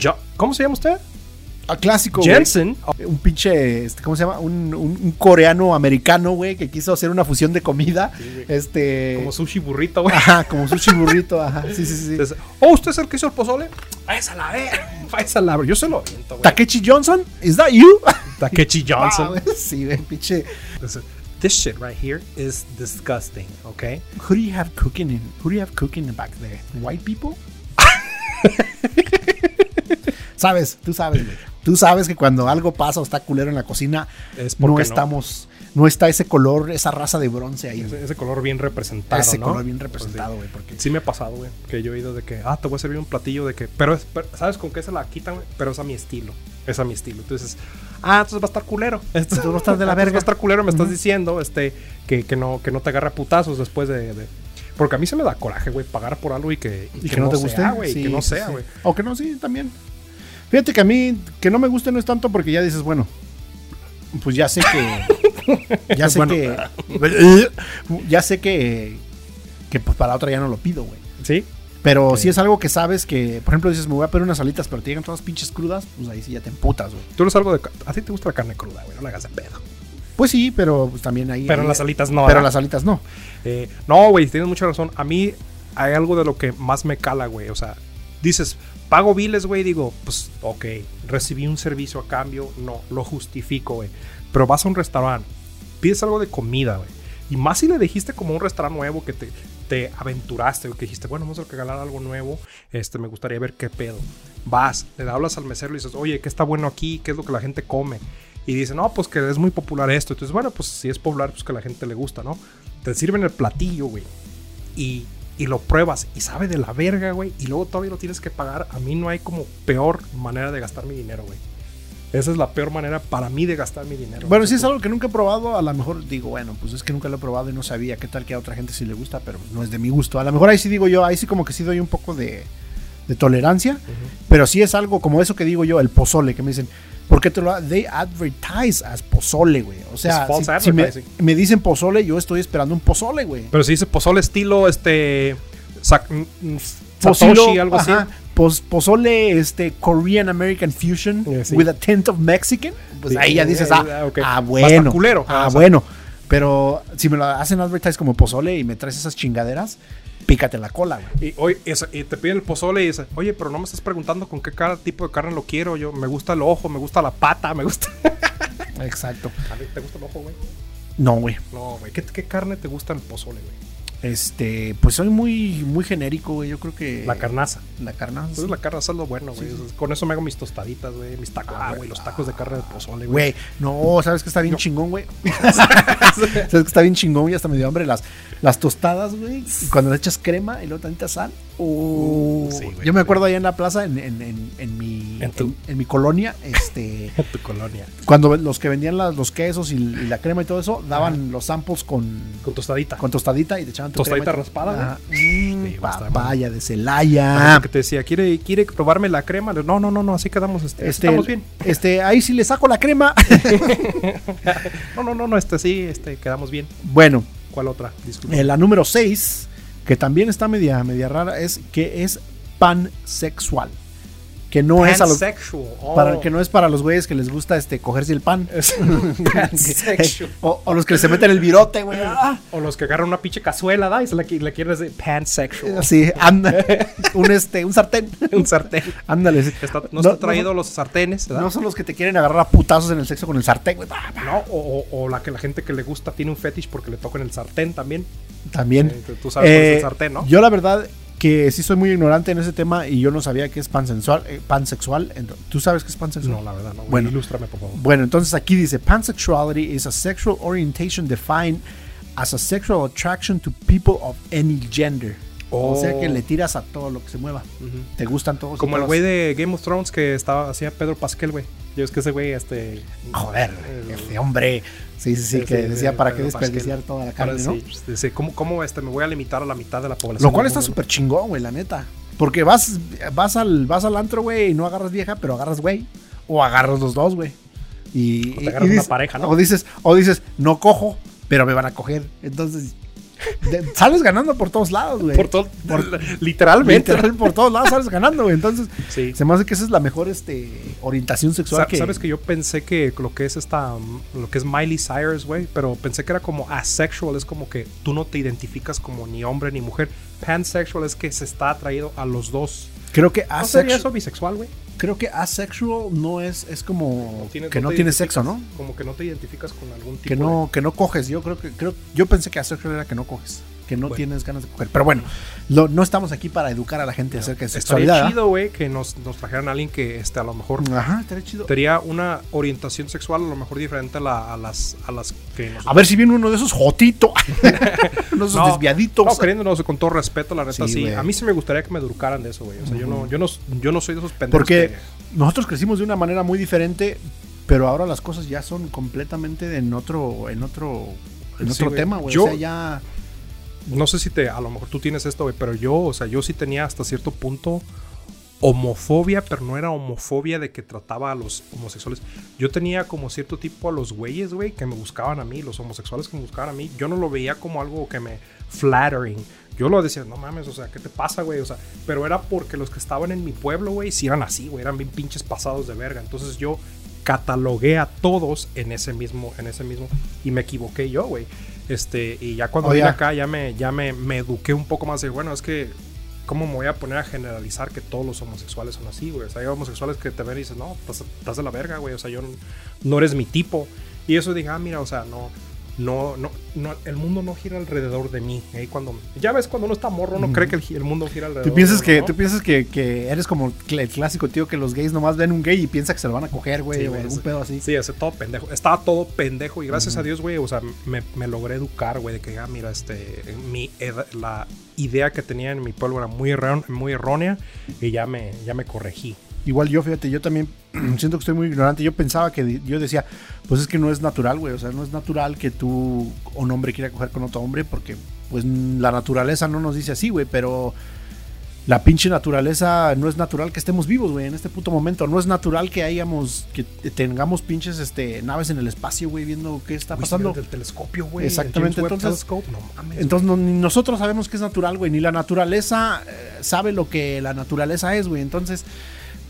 Speaker 2: Jo- ¿Cómo se llama usted?
Speaker 1: Ah, clásico, güey.
Speaker 2: Jensen. Oh,
Speaker 1: un pinche, este, ¿cómo se llama? Un, un- un coreano americano, güey, que quiso hacer una fusión de comida.
Speaker 2: güey.
Speaker 1: este.
Speaker 2: como sushi burrito, güey.
Speaker 1: ajá, como sushi burrito, ajá. Sí, sí, sí.
Speaker 2: Entonces, Oh, ¿usted es el que hizo el pozole? Váyase a la verga. Váyase a la verga. Yo se lo aviento, güey.
Speaker 1: Takechi Johnson, is that you?
Speaker 2: Takechi
Speaker 1: Ah,
Speaker 2: Johnson.
Speaker 1: güey, sí, güey, pinche.
Speaker 2: Entonces, This shit right here is disgusting, okay?
Speaker 1: Who do you have cooking in? Who do you have cooking back there? White people? sabes, tú sabes, güey. Tú sabes que cuando algo pasa o está culero en la cocina,
Speaker 2: Es porque
Speaker 1: no
Speaker 2: no.
Speaker 1: estamos, no está ese color, esa raza de bronce ahí. güey.
Speaker 2: Ese, ese color bien representado,
Speaker 1: ese
Speaker 2: ¿no?
Speaker 1: color bien
Speaker 2: Pues, sí.
Speaker 1: representado, güey, porque
Speaker 2: Sí me ha pasado, güey, que yo he ido de que, ah, te voy a servir un platillo de que, pero, es- pero- ¿sabes con qué se la quitan? güey? Pero es a mi estilo, es a mi estilo. Entonces, ah, entonces va a estar culero. Entonces
Speaker 1: va a estar de la
Speaker 2: Va
Speaker 1: verga.
Speaker 2: a estar culero, me estás
Speaker 1: Ujú.
Speaker 2: diciendo, este, que, que no, que no te agarra putazos después de, de- Porque a mí se me da coraje, güey, pagar por algo y que,
Speaker 1: y que, no te guste,
Speaker 2: sea, güey,
Speaker 1: Sí,
Speaker 2: que no
Speaker 1: sí,
Speaker 2: sea,
Speaker 1: sí.
Speaker 2: güey.
Speaker 1: O que no, sí, también. Fíjate que a mí que no me guste no es tanto porque ya dices, bueno, pues ya sé que ya sé
Speaker 2: Bueno.
Speaker 1: que ya sé que que pues para otra ya no lo pido, güey.
Speaker 2: Sí,
Speaker 1: Pero
Speaker 2: Sí.
Speaker 1: si es algo que sabes que, por ejemplo, dices, me voy a pedir unas alitas, pero te llegan todas pinches crudas, pues ahí sí ya te emputas, güey.
Speaker 2: tú eres algo de... ca- A ti te gusta la carne cruda, güey, no la hagas de pedo.
Speaker 1: Pues sí, pero pues también ahí
Speaker 2: Pero
Speaker 1: ahí-
Speaker 2: las alitas no.
Speaker 1: pero
Speaker 2: ¿verdad?
Speaker 1: las alitas no.
Speaker 2: Eh, no, güey, tienes mucha razón. A mí hay algo de lo que más me cala, güey. O sea, dices, pago biles, güey. Digo, pues, ok, recibí un servicio a cambio. No, lo justifico, güey. Pero vas a un restaurante, pides algo de comida, güey. Y más si le dijiste como un restaurante nuevo que te, te aventuraste, o que dijiste, bueno, vamos a regalar algo nuevo. Este, me gustaría ver qué pedo. Vas, le hablas al mesero y dices, oye, ¿qué está bueno aquí? ¿Qué es lo que la gente come? Y dice, no, pues que es muy popular esto. Entonces, bueno, pues si es popular, pues que a la gente le gusta, ¿no? Te sirven el platillo, güey. Y, y lo pruebas y sabe de la verga, güey. Y luego todavía lo tienes que pagar. A mí no hay como peor manera de gastar mi dinero, güey. Esa es la peor manera para mí de gastar mi dinero.
Speaker 1: Bueno,
Speaker 2: güey.
Speaker 1: si es algo que nunca he probado, a lo mejor digo, bueno, pues es que nunca lo he probado y no sabía qué tal que a otra gente sí le gusta, pero pues, no es de mi gusto. A lo mejor ahí sí digo yo, ahí sí como que sí doy un poco de, de tolerancia,
Speaker 2: Ujú.
Speaker 1: pero si es algo como eso que digo yo, el pozole, que me dicen, Porque te lo they advertise as pozole, güey. O sea,
Speaker 2: It's false
Speaker 1: si, si me,
Speaker 2: advertising.
Speaker 1: me dicen pozole, yo estoy esperando un pozole, güey.
Speaker 2: Pero si dice pozole estilo, este. Sa- mm, mm,
Speaker 1: Pozolo,
Speaker 2: Satoshi, algo así.
Speaker 1: Pues ajá, pos- pozole este, Korean American Fusion
Speaker 2: Eh, sí.
Speaker 1: with a tint of Mexican. Pues
Speaker 2: Sí,
Speaker 1: ahí ya dices,
Speaker 2: eh,
Speaker 1: ah,
Speaker 2: eh, ok. Va
Speaker 1: ah
Speaker 2: a
Speaker 1: bueno.
Speaker 2: estar culero.
Speaker 1: Ah,
Speaker 2: Ah, o sea.
Speaker 1: bueno. Pero si me lo hacen advertise como pozole y me traes esas chingaderas, pícate la cola, güey.
Speaker 2: Y, oye, es- y te piden el pozole y dices, oye, pero no me estás preguntando con qué cara, tipo de carne lo quiero. Yo me gusta el ojo, me gusta la pata, me gusta.
Speaker 1: Exacto.
Speaker 2: A ver, ¿Te gusta el ojo, güey?
Speaker 1: No, güey.
Speaker 2: No, güey. ¿Qué, qué carne te gusta el pozole, güey?
Speaker 1: Este, pues soy muy, muy genérico, güey. Yo creo que.
Speaker 2: La carnaza.
Speaker 1: La carnaza.
Speaker 2: Entonces la carnaza es lo bueno, güey. Con eso me hago mis tostaditas, güey. Mis tacos, ah, güey. Los tacos de carne de pozole, güey.
Speaker 1: Güey, no, ¿sabes que está bien chingón, güey? ¿Sabes que está bien chingón? Y hasta me dio hambre las, las tostadas, güey. Y cuando le echas crema y luego tantita sal. Oh,
Speaker 2: Uh, sí, güey.
Speaker 1: yo me acuerdo allá en la plaza, en, en- en- en mi,
Speaker 2: En tu-
Speaker 1: en- en mi colonia, este,
Speaker 2: En tu colonia.
Speaker 1: cuando los que vendían las- los quesos y, y la crema y todo eso, daban los samples con,
Speaker 2: Con tostadita.
Speaker 1: con tostadita y te echaban tu
Speaker 2: Tostadita
Speaker 1: crema y-
Speaker 2: raspada, güey.
Speaker 1: Ajá. Mm,
Speaker 2: Sí, va a estar
Speaker 1: papaya de
Speaker 2: Ah,
Speaker 1: Celaya.
Speaker 2: que te decía, ¿quiere, ¿quiere probarme la crema? Le- No, no, no, no, así quedamos. Este, así
Speaker 1: Este,
Speaker 2: estamos bien.
Speaker 1: este, ahí sí le saco la crema.
Speaker 2: No, no, no, no, este sí, este, quedamos bien.
Speaker 1: bueno,
Speaker 2: ¿Cuál otra? Disculpe.
Speaker 1: Eh, la número 6, que también está media, media rara, es que es pansexual. Que no es a los,
Speaker 2: Pansexual. Oh.
Speaker 1: para, que no es para los güeyes que les gusta este, cogerse el pan.
Speaker 2: Es- pansexual.
Speaker 1: o, o los que se meten el virote, güey. Ah,
Speaker 2: O los que agarran una pinche cazuela, ¿da? Y se la, qui- le quieren decir pansexual.
Speaker 1: Así, Ah, anda. Un, este, un sartén.
Speaker 2: Un sartén.
Speaker 1: Ándale. sí.
Speaker 2: Está-
Speaker 1: No,
Speaker 2: no, está traído
Speaker 1: no
Speaker 2: los sartenes,
Speaker 1: son-
Speaker 2: ¿verdad?
Speaker 1: no son los que te quieren agarrar a putazos en el sexo con el sartén, güey. Ah,
Speaker 2: No, o, o- o la que la gente que le gusta tiene un fetish porque le tocan el sartén también.
Speaker 1: También.
Speaker 2: Eh, tú- tú sabes cuál es el
Speaker 1: Eh,
Speaker 2: sartén, ¿no?
Speaker 1: Yo la verdad que sí soy muy ignorante en ese tema y yo no sabía que es pansexual. eh, pansexual. Ento- ¿Tú sabes qué es pansexual?
Speaker 2: No, la verdad, no. güey.
Speaker 1: Bueno.
Speaker 2: ilústrame, por favor.
Speaker 1: Bueno, entonces aquí dice pansexuality is a sexual orientation defined as a sexual attraction to people of any gender. O
Speaker 2: Oh.
Speaker 1: sea que le tiras a todo lo que se mueva. Te gustan todos. y
Speaker 2: Como el
Speaker 1: todas.
Speaker 2: güey de Game of Thrones que estaba hacía Pedro Pascal, güey. Yo es que ese güey, este.
Speaker 1: Ah, Joder, este hombre. Sí, sí, sí,
Speaker 2: Eh, Sí,
Speaker 1: que
Speaker 2: sí,
Speaker 1: decía
Speaker 2: sí,
Speaker 1: para qué
Speaker 2: Pedro
Speaker 1: desperdiciar
Speaker 2: Pascal.
Speaker 1: toda la
Speaker 2: Para
Speaker 1: carne, ¿no?
Speaker 2: sí, sí, ¿cómo, cómo, este, me voy a limitar a la mitad de la población?
Speaker 1: Lo cual
Speaker 2: del
Speaker 1: está
Speaker 2: mundo,
Speaker 1: súper chingón, güey, la neta. Porque vas, vas, al, vas al antro, güey, y no agarras vieja, pero agarras güey. O agarras los dos, güey. Y,
Speaker 2: O te
Speaker 1: y-
Speaker 2: agarras
Speaker 1: y
Speaker 2: una
Speaker 1: dices-
Speaker 2: pareja, ¿no?
Speaker 1: O dices, o dices, no cojo, pero me van a coger. Entonces, de- sales ganando por todos lados,
Speaker 2: ¿no?
Speaker 1: güey.
Speaker 2: Por todo. literalmente.
Speaker 1: Literal, por todos lados sales ganando, güey. Entonces,
Speaker 2: Sí.
Speaker 1: se me hace que esa es la mejor este, orientación sexual
Speaker 2: Sa-
Speaker 1: que...
Speaker 2: Sabes que yo pensé que lo que es esta. mm, Lo que es Miley Cyrus, güey. Pero pensé que era como asexual. Es como que tú no te identificas como ni hombre ni mujer. Pansexual es que se está atraído a los dos.
Speaker 1: Creo que
Speaker 2: ¿No sería eso
Speaker 1: asexual,
Speaker 2: bisexual, güey?
Speaker 1: creo que asexual no es, es como
Speaker 2: tienes-
Speaker 1: que no
Speaker 2: te
Speaker 1: tiene
Speaker 2: identificas-
Speaker 1: sexo, ¿no?
Speaker 2: Como que no te identificas con algún tipo
Speaker 1: que no que no coges yo creo que creo yo pensé que asexual era que no coges que no
Speaker 2: Bueno.
Speaker 1: tienes ganas de coger pero bueno lo- no estamos aquí para educar a la gente acerca de
Speaker 2: de
Speaker 1: sexualidad
Speaker 2: Estaría
Speaker 1: ¿ah?
Speaker 2: chido, güey, que nos, nos trajeran a alguien que este, a lo mejor
Speaker 1: ajá estaría chido
Speaker 2: Sería una orientación sexual a lo mejor diferente a, la- a las, a las que nos...
Speaker 1: a ver si viene uno de esos jotito uno de esos
Speaker 2: No,
Speaker 1: desviaditos
Speaker 2: No, queriéndonos con todo respeto, la neta
Speaker 1: Sí,
Speaker 2: sí.
Speaker 1: güey.
Speaker 2: A mí sí me gustaría que me educaran de eso, güey. O sea, yo, no, yo, no, yo no soy de esos pendejos.
Speaker 1: porque
Speaker 2: que-
Speaker 1: nosotros crecimos de una manera muy diferente pero ahora las cosas ya son completamente en otro en otro en
Speaker 2: Sí,
Speaker 1: otro
Speaker 2: güey.
Speaker 1: tema güey
Speaker 2: Yo-
Speaker 1: o sea ya
Speaker 2: No sé si te... A lo mejor tú tienes esto, güey, pero yo, o sea, yo sí tenía hasta cierto punto homofobia, pero no era homofobia de que trataba a los homosexuales. Yo tenía como cierto tipo a los güeyes, güey, que me buscaban a mí, los homosexuales que me buscaban a mí. Yo no lo veía como algo que me flattering. Yo lo decía, no mames, o sea, ¿qué te pasa, güey? O sea, pero era porque los que estaban en mi pueblo, güey, si eran así, güey, eran bien pinches pasados de verga. Entonces yo catalogué a todos en ese mismo, en ese mismo, y me equivoqué yo, güey. Este, y ya cuando
Speaker 1: Oh,
Speaker 2: vine
Speaker 1: ya.
Speaker 2: acá, ya me, ya me, me eduqué un poco más de, bueno, es que ¿Cómo me voy a poner a generalizar que todos los homosexuales son así, güey? O sea, hay homosexuales que te ven y dices, no, estás, estás de la verga, güey. O sea, yo no, no eres mi tipo. Y eso dije, ah, mira, o sea, no, no, no, no, el mundo no gira alrededor de mí. Y ahí cuando, ya ves, cuando uno está morro, no cree que el, gi- el mundo gira alrededor
Speaker 1: tú piensas
Speaker 2: de
Speaker 1: que
Speaker 2: uno,
Speaker 1: tú
Speaker 2: ¿no?
Speaker 1: piensas que, que eres como cl- el clásico tío que los gays nomás ven un gay y piensa que se lo van a coger güey
Speaker 2: Sí,
Speaker 1: o
Speaker 2: güey,
Speaker 1: algún
Speaker 2: sí.
Speaker 1: pedo así
Speaker 2: Sí, ese todo pendejo. Estaba todo pendejo y gracias a Dios, güey, o sea, me, me logré educar, güey, de que, ah, mira, este, mi ed- la idea que tenía en mi pueblo era muy, errón- muy errónea y ya me, ya me corregí.
Speaker 1: Igual yo, fíjate, yo también siento que estoy muy ignorante. Yo pensaba que, di- yo decía, pues es que no es natural, güey. O sea, no es natural que tú, un hombre quiera coger con otro hombre porque, pues, n- la naturaleza no nos dice así, güey. Pero la pinche naturaleza no es natural que estemos vivos, güey, en este puto momento. No es natural que hayamos, que tengamos pinches este, naves en el espacio, güey, viendo qué está pasando.
Speaker 2: Del telescopio, güey.
Speaker 1: Exactamente, entonces. No, mames, entonces no, ni nosotros sabemos que es natural, güey, ni la naturaleza eh, sabe lo que la naturaleza es, güey. Entonces,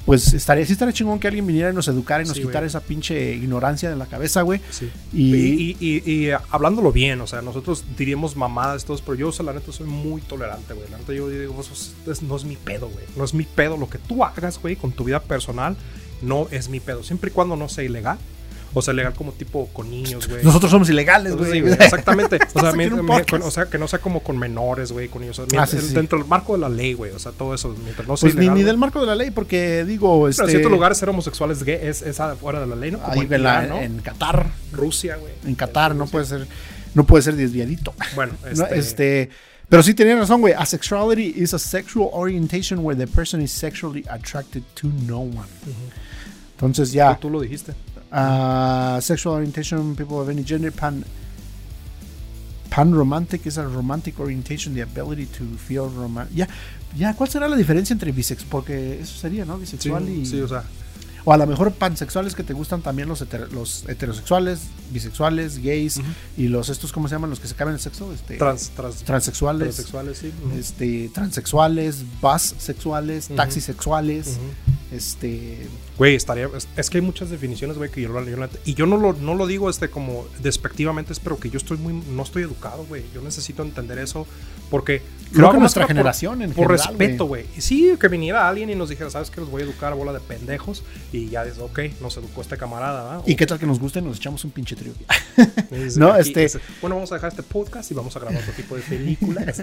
Speaker 1: pues estaría, sí estaría chingón que alguien viniera y nos educara y nos
Speaker 2: Sí,
Speaker 1: quitara
Speaker 2: güey.
Speaker 1: esa pinche ignorancia de la cabeza, güey.
Speaker 2: Sí.
Speaker 1: Y-
Speaker 2: Y, y, y- y, eh, hablándolo bien, o sea, nosotros diríamos mamadas todos, pero yo, o sea, la neta, soy muy tolerante, güey. La neta, yo digo, eso es- es- no es mi pedo, güey. No es mi pedo lo que tú hagas, güey, con tu vida personal, no es mi pedo. Siempre y cuando no sea ilegal. O sea, ilegal como tipo con niños, güey.
Speaker 1: Nosotros somos ilegales, güey.
Speaker 2: Entonces, sí, güey, exactamente. O sea,
Speaker 1: Estás aquí en un
Speaker 2: mien- mien-
Speaker 1: podcast.
Speaker 2: con- o sea, que no sea como con menores, güey, con ellos. O sea, mien-
Speaker 1: Ah, sí,
Speaker 2: el-
Speaker 1: sí.
Speaker 2: Dentro del marco de la ley, güey. O sea, todo eso. Mientras no sea
Speaker 1: Pues ni,
Speaker 2: ilegal,
Speaker 1: ni
Speaker 2: güey.
Speaker 1: del marco de la ley, porque digo, este,
Speaker 2: Pero en ciertos lugares ser homosexual es, gay, es, es fuera de la ley, ¿no? Como
Speaker 1: ahí
Speaker 2: en
Speaker 1: ve la-
Speaker 2: Irán, ¿no?
Speaker 1: en Qatar,
Speaker 2: Rusia, güey.
Speaker 1: en Qatar no puede ser, no puede ser desviadito.
Speaker 2: Bueno,
Speaker 1: No, este, pero sí tenían razón, güey. Asexuality is a sexual orientation where the person is sexually attracted to no one. Entonces ya,
Speaker 2: Tú, tú lo dijiste.
Speaker 1: ah, sexual orientation, people of any gender, pan, pan-romantic is a romantic orientation, the ability to feel romantic. Ya, ya, ¿cuál será la diferencia entre bisex? Porque eso sería, ¿no?
Speaker 2: Sí,
Speaker 1: Bisexual y...
Speaker 2: sí, o sea,
Speaker 1: O a lo mejor pansexuales que te gustan también los, heter- los heterosexuales, bisexuales, gays
Speaker 2: Ujú.
Speaker 1: y los estos, ¿cómo se llaman? Los que se cambian el sexo. Este,
Speaker 2: trans, trans,
Speaker 1: transexuales,
Speaker 2: transexuales, sí. Ujú.
Speaker 1: este, transexuales, bus sexuales,
Speaker 2: Ujú.
Speaker 1: taxisexuales.
Speaker 2: Ujú.
Speaker 1: este,
Speaker 2: Güey, estaría. Es, es que hay muchas definiciones, güey, que yo, lo- yo la- Y yo no lo, no lo digo este como despectivamente, es pero que yo estoy muy. No estoy educado, güey. Yo necesito entender eso porque.
Speaker 1: creo
Speaker 2: lo
Speaker 1: que
Speaker 2: hago más
Speaker 1: nuestra
Speaker 2: que por-
Speaker 1: generación en
Speaker 2: Por
Speaker 1: general,
Speaker 2: respeto,
Speaker 1: güey.
Speaker 2: güey. Y Sí, que viniera alguien y nos dijera, ¿sabes qué? Los voy a educar, bola de pendejos. Y ya dices, ok, nos educó este camarada, ¿verdad?
Speaker 1: ¿Y qué tal que nos guste? Nos echamos un pinche trío.
Speaker 2: Dices,
Speaker 1: No,
Speaker 2: aquí,
Speaker 1: este-
Speaker 2: dices, Bueno, vamos a dejar este podcast y vamos a grabar otro tipo de películas.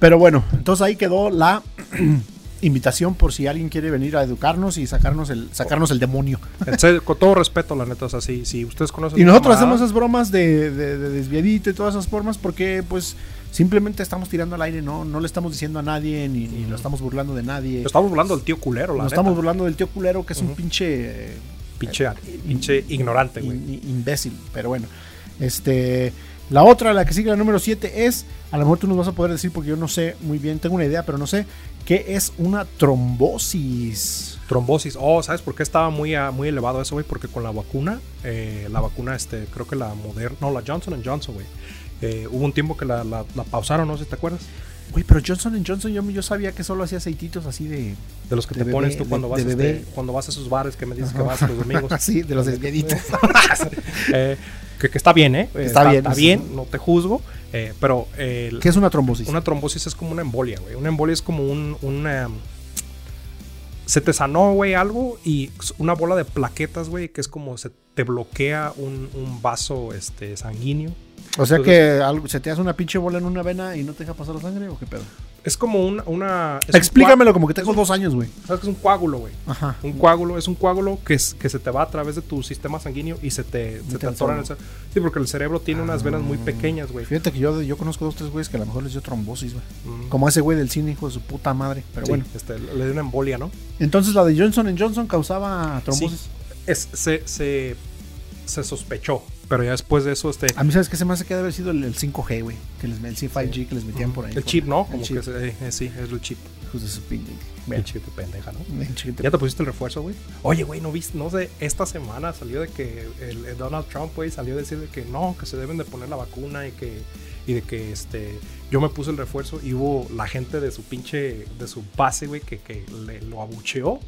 Speaker 1: Pero bueno, entonces ahí quedó la invitación por si alguien quiere venir a educarnos y sacarnos el, sacarnos el demonio.
Speaker 2: En serio, con todo respeto, la neta, o sea, si, si ustedes conocen.
Speaker 1: Y
Speaker 2: un
Speaker 1: nosotros
Speaker 2: camarada-
Speaker 1: hacemos esas bromas de, de, de desviadito y todas esas formas porque pues simplemente estamos tirando al aire, no, no le estamos diciendo a nadie ni, ni lo estamos burlando de nadie.
Speaker 2: Lo estamos burlando del tío culero, la
Speaker 1: Nos
Speaker 2: neta.
Speaker 1: estamos burlando del tío culero que es un
Speaker 2: Ujú.
Speaker 1: pinche eh,
Speaker 2: pinche, pinche ignorante, güey.
Speaker 1: in- in- imbécil, pero bueno. Este, la otra, la que sigue la número 7 es, a lo mejor tú nos vas a poder decir porque yo no sé muy bien, tengo una idea, pero no sé, ¿qué es una trombosis?
Speaker 2: Trombosis. Oh, ¿sabes por qué estaba muy, ah, muy elevado eso, güey? Porque con la vacuna, eh, la vacuna, este, creo que la Moderna, no, la Johnson Johnson, güey. Eh, hubo un tiempo que la, la- la pausaron, no sé si te acuerdas.
Speaker 1: Güey, pero Johnson Johnson yo, yo sabía que solo hacía aceititos así de...
Speaker 2: De los que
Speaker 1: De
Speaker 2: te
Speaker 1: bebé,
Speaker 2: pones tú
Speaker 1: de-
Speaker 2: cuando,
Speaker 1: de
Speaker 2: vas, este,
Speaker 1: bebé.
Speaker 2: cuando vas a esos bares que me dices que vas los domingos.
Speaker 1: así, de los desviaditos.
Speaker 2: Eh, que, que está bien, ¿eh? Está,
Speaker 1: bien,
Speaker 2: Está
Speaker 1: sí.
Speaker 2: bien, no te juzgo. eh, pero el-
Speaker 1: ¿Qué es una trombosis?
Speaker 2: Una trombosis es como una embolia, güey. Una embolia es como un. un, em, se te sanó, güey, algo y s- una bola de plaquetas, güey, que es como se te bloquea un, un vaso este, sanguíneo.
Speaker 1: O sea
Speaker 2: Entonces-
Speaker 1: que algo, se te hace una pinche bola en una vena y no te deja pasar la sangre o qué pedo.
Speaker 2: Es como un- una. es un
Speaker 1: Explícamelo como que tengo dos años, güey.
Speaker 2: coá- ¿Sabes qué es un coágulo, güey?
Speaker 1: Ajá.
Speaker 2: Un coágulo es un coágulo que, es- que se te va a través de tu sistema sanguíneo y se te, se
Speaker 1: te
Speaker 2: te atora en el cere- Sí, porque el cerebro tiene unas venas
Speaker 1: Ah.
Speaker 2: muy pequeñas, güey.
Speaker 1: Fíjate que yo, yo conozco dos, tres güeyes que a lo mejor les dio trombosis, güey.
Speaker 2: Mm.
Speaker 1: Como ese güey del cine, hijo de su puta madre. Pero
Speaker 2: Sí,
Speaker 1: bueno.
Speaker 2: este, le dio una embolia, ¿no?
Speaker 1: Entonces la de Johnson Johnson causaba trombosis.
Speaker 2: Sí. Es- se, se, se sospechó, pero ya después de eso, este,
Speaker 1: A mí, ¿sabes qué se me hace que debe haber sido el, el 5G, güey? Que les, el C5G que les metían por ahí.
Speaker 2: el
Speaker 1: por-
Speaker 2: chip, ¿no?
Speaker 1: el
Speaker 2: Como
Speaker 1: chip.
Speaker 2: que se- eh, eh, sí, es el chip.
Speaker 1: Hijos de su pinche-
Speaker 2: El
Speaker 1: Bueno,
Speaker 2: chip de pendeja, ¿no?
Speaker 1: el chip te-
Speaker 2: ¿Ya te pusiste el refuerzo, güey? Oye, güey, no viste, no sé, esta semana salió de que el, el Donald Trump, güey, salió a decir de que no, que se deben de poner la vacuna y que, y de que, este, yo me puse el refuerzo y hubo la gente de su pinche, de su base, güey, que, que le- lo abucheó,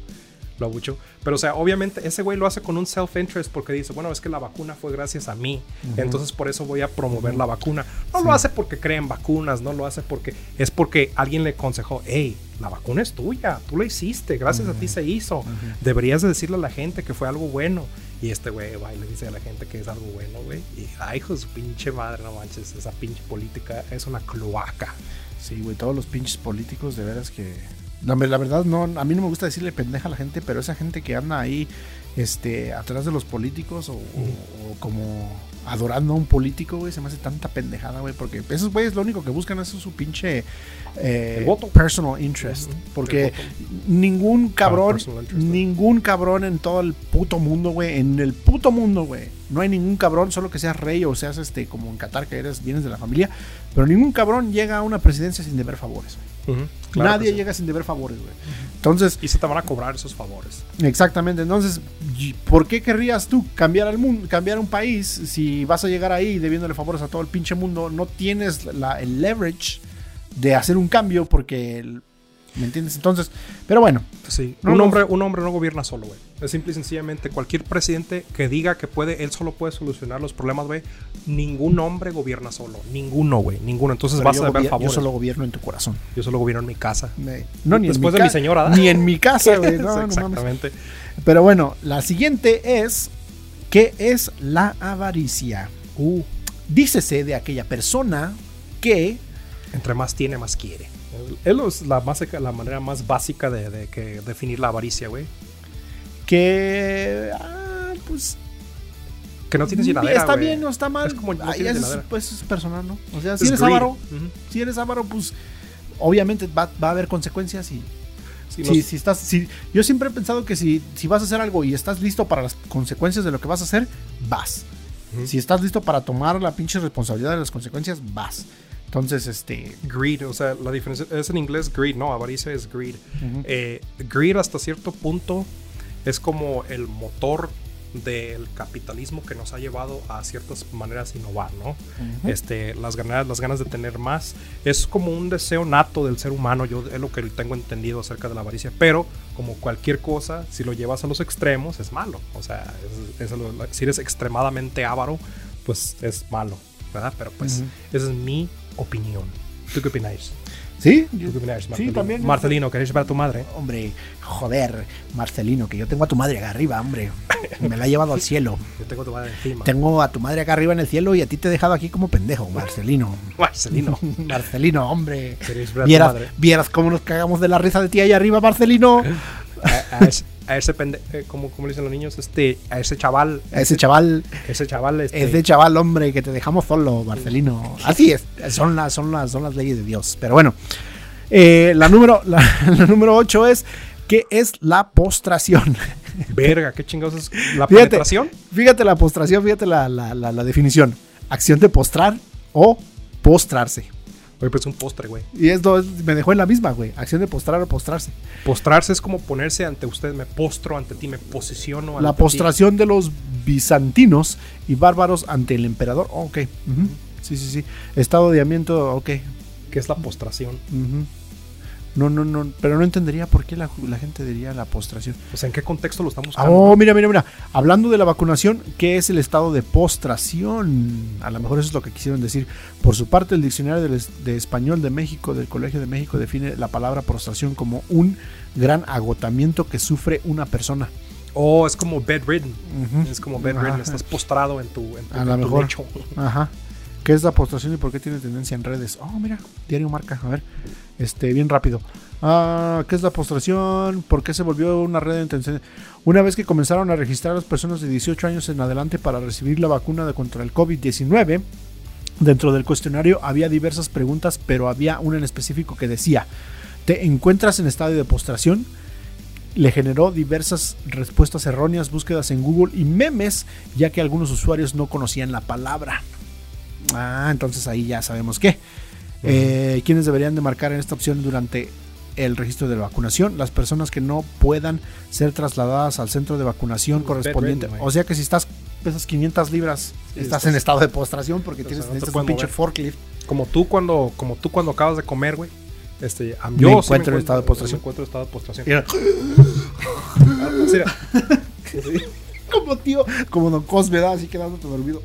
Speaker 2: lo abucheó. Pero, o sea, obviamente ese güey lo hace con un self-interest porque dice, bueno, es que la vacuna fue gracias a mí, entonces por eso voy a promover la vacuna. No lo hace porque creen vacunas, no lo hace porque, es porque alguien le aconsejó, hey, la vacuna es tuya, tú la hiciste, gracias a ti se hizo. Deberías de decirle a la gente que fue algo bueno. Y este güey va y le dice a la gente que es algo bueno, güey. Y ay, hijo de su pinche madre, no manches, esa pinche política es una cloaca.
Speaker 1: Sí, güey, todos los pinches políticos, de veras que. La, la verdad, no, a mí no me gusta decirle pendeja a la gente, pero esa gente que anda ahí este, atrás de los políticos o, o- o como adorando a un político, güey, se me hace tanta pendejada, güey, porque esos güeyes lo único que buscan es su pinche eh,
Speaker 2: El voto.
Speaker 1: personal interest,
Speaker 2: Ujú,
Speaker 1: porque
Speaker 2: el
Speaker 1: ningún cabrón,
Speaker 2: personal interest, ¿no?
Speaker 1: ningún cabrón en todo el puto mundo, güey, en el puto mundo, güey, No hay ningún cabrón, solo que seas rey o seas este, como en Qatar, que eres, vienes de la familia. Pero ningún cabrón llega a una presidencia sin deber favores. güey.
Speaker 2: Ujú, claro que
Speaker 1: Nadie
Speaker 2: sí.
Speaker 1: llega sin deber favores, güey. Entonces,
Speaker 2: Y se te van a cobrar esos favores.
Speaker 1: exactamente. Entonces, y- ¿por qué querrías tú cambiar al mundo, cambiar un país si vas a llegar ahí debiéndole favores a todo el pinche mundo? No tienes la- el leverage de hacer un cambio porque, el- ¿me entiendes? Entonces, pero bueno,
Speaker 2: Sí,
Speaker 1: No,
Speaker 2: un,
Speaker 1: no.
Speaker 2: Hombre, un hombre no gobierna solo, güey. Es simple y sencillamente cualquier presidente que diga que puede, él solo puede solucionar los problemas, güey. Ningún hombre gobierna solo. Ninguno, güey. Ninguno. Entonces
Speaker 1: pero
Speaker 2: vas
Speaker 1: yo
Speaker 2: a ver
Speaker 1: gobier-
Speaker 2: favores.
Speaker 1: yo solo gobierno en tu corazón.
Speaker 2: yo solo gobierno en mi casa.
Speaker 1: No, ni en
Speaker 2: Después de
Speaker 1: ca-
Speaker 2: mi señora, ¿da?
Speaker 1: Ni en mi casa, güey. No, no mames.
Speaker 2: Exactamente.
Speaker 1: Pero bueno, la siguiente es, ¿qué es la avaricia? Uh, dícese de aquella persona que...
Speaker 2: Entre más tiene, más quiere. Él es la, más, la manera más básica de, de que definir la avaricia, güey.
Speaker 1: que ah, pues
Speaker 2: Que no tienes llenadera,
Speaker 1: está
Speaker 2: güey.
Speaker 1: bien o está mal
Speaker 2: Es como no
Speaker 1: Ay,
Speaker 2: tienes
Speaker 1: eso es,
Speaker 2: llenadera.
Speaker 1: pues, eso es personal no o sea
Speaker 2: Es
Speaker 1: si eres
Speaker 2: greed.
Speaker 1: avaro
Speaker 2: Ujú.
Speaker 1: si eres avaro pues obviamente va, va a haber consecuencias y
Speaker 2: Sí,
Speaker 1: si,
Speaker 2: los-
Speaker 1: si estás si yo siempre he pensado que si, si vas a hacer algo y estás listo para las consecuencias de lo que vas a hacer vas
Speaker 2: Ujú.
Speaker 1: si estás listo para tomar la pinche responsabilidad de las consecuencias vas entonces este
Speaker 2: Greed, o sea, la diferencia es en inglés greed, no, avaricia es greed.
Speaker 1: Ujú.
Speaker 2: Eh, greed hasta cierto punto es como el motor del capitalismo que nos ha llevado a ciertas maneras de innovar, ¿no? este, las, ganas, las ganas de tener más. Es como un deseo nato del ser humano, yo es lo que tengo entendido acerca de la avaricia, pero como cualquier cosa, si lo llevas a los extremos es malo. O sea, es- es lo- la- si eres extremadamente avaro, pues es malo, ¿verdad? Pero pues
Speaker 1: Ujú.
Speaker 2: esa es mi opinión. ¿Tú qué opináis?
Speaker 1: sí
Speaker 2: ¿Tú qué opináis, Martelino?
Speaker 1: también yo-
Speaker 2: Martelino, ¿queréis ver a tu madre?
Speaker 1: Hombre, joder, Marcelino, que yo tengo a tu madre acá arriba, hombre. Me la he llevado al cielo.
Speaker 2: Yo tengo a tu madre encima.
Speaker 1: Tengo a tu madre acá arriba en el cielo y a ti te he dejado aquí como pendejo, Marcelino.
Speaker 2: Marcelino.
Speaker 1: Marcelino, hombre.
Speaker 2: ¿Queréis ver a tu
Speaker 1: Vieras,
Speaker 2: madre?
Speaker 1: vieras cómo nos cagamos de la risa de ti ahí arriba, Marcelino.
Speaker 2: A, a ese, a ese pende- eh, como, como le dicen los niños, este, a ese chaval,
Speaker 1: A Ese chaval,
Speaker 2: ese chaval, este,
Speaker 1: ese chaval, hombre, que te dejamos solo, Marcelino. Así es, son las, son las, son las leyes de Dios. Pero bueno, eh, la número, la, la número 8 es, ¿qué es la postración?
Speaker 2: Verga, qué chingados es la
Speaker 1: Fíjate.
Speaker 2: penetración.
Speaker 1: Fíjate la postración, fíjate la, la- la- la definición. Acción de postrar o postrarse.
Speaker 2: Oye, pues es un postre, güey.
Speaker 1: Y esto es- me dejó en la misma, güey. Acción de postrar o postrarse.
Speaker 2: Postrarse es como ponerse ante usted, me postro ante ti, me posiciono ante
Speaker 1: La
Speaker 2: ti.
Speaker 1: postración de los bizantinos y bárbaros ante el emperador. Oh, ok. Ujú. Sí, sí, sí. Estado de amiento, ok.
Speaker 2: ¿Qué es la postración?
Speaker 1: Ujú. No, no, no. Pero no entendería por qué la, ju- la gente diría la postración.
Speaker 2: O sea, ¿en qué contexto lo estamos
Speaker 1: Ah,
Speaker 2: buscando?
Speaker 1: Oh, mira, mira, mira. Hablando de la vacunación, ¿qué es el estado de postración? A lo mejor eso es lo que quisieron decir. Por su parte, el diccionario del es- de español de México, del Colegio de México, define la palabra postración como un gran agotamiento que sufre una persona.
Speaker 2: Oh, es como bedridden.
Speaker 1: Ujú.
Speaker 2: Es como bedridden,
Speaker 1: Ajá.
Speaker 2: estás postrado en tu, en tu,
Speaker 1: A
Speaker 2: en
Speaker 1: lo
Speaker 2: tu
Speaker 1: mejor.
Speaker 2: lecho.
Speaker 1: Ajá. ¿Qué es la postración y por qué tiene tendencia en redes? Oh, mira, diario marca. A ver, este, bien rápido. Ah, ¿qué es la postración? ¿Por qué se volvió una red de tendencia? Una vez que comenzaron a registrar a las personas de 18 años en adelante para recibir la vacuna de contra el COVID-19, dentro del cuestionario había diversas preguntas, pero había una en específico que decía, ¿te encuentras en estado de postración? le generó diversas respuestas erróneas, búsquedas en Google y memes, ya que algunos usuarios no conocían la palabra. Ah, entonces ahí ya sabemos qué. Eh, ¿Quiénes deberían de marcar en esta opción durante el registro de la vacunación? Las personas que no puedan ser trasladadas al centro de vacunación
Speaker 2: Mm,
Speaker 1: correspondiente.
Speaker 2: bedridden, güey.
Speaker 1: O sea que si estás pesas 500 libras,
Speaker 2: Sí,
Speaker 1: estás,
Speaker 2: estás-
Speaker 1: en estado de postración porque
Speaker 2: o sea,
Speaker 1: tienes
Speaker 2: no te
Speaker 1: necesitas un
Speaker 2: puedes
Speaker 1: pinche
Speaker 2: mover.
Speaker 1: forklift.
Speaker 2: Como tú cuando, como tú cuando acabas de comer, güey. Este, a-
Speaker 1: Me
Speaker 2: sí
Speaker 1: encuentro en estado de postración.
Speaker 2: Me encuentro en estado de postración.
Speaker 1: Mira,
Speaker 2: Ah, sí, mira.
Speaker 1: como tío, como Don Cosme, ¿verdad? así quedándote dormido.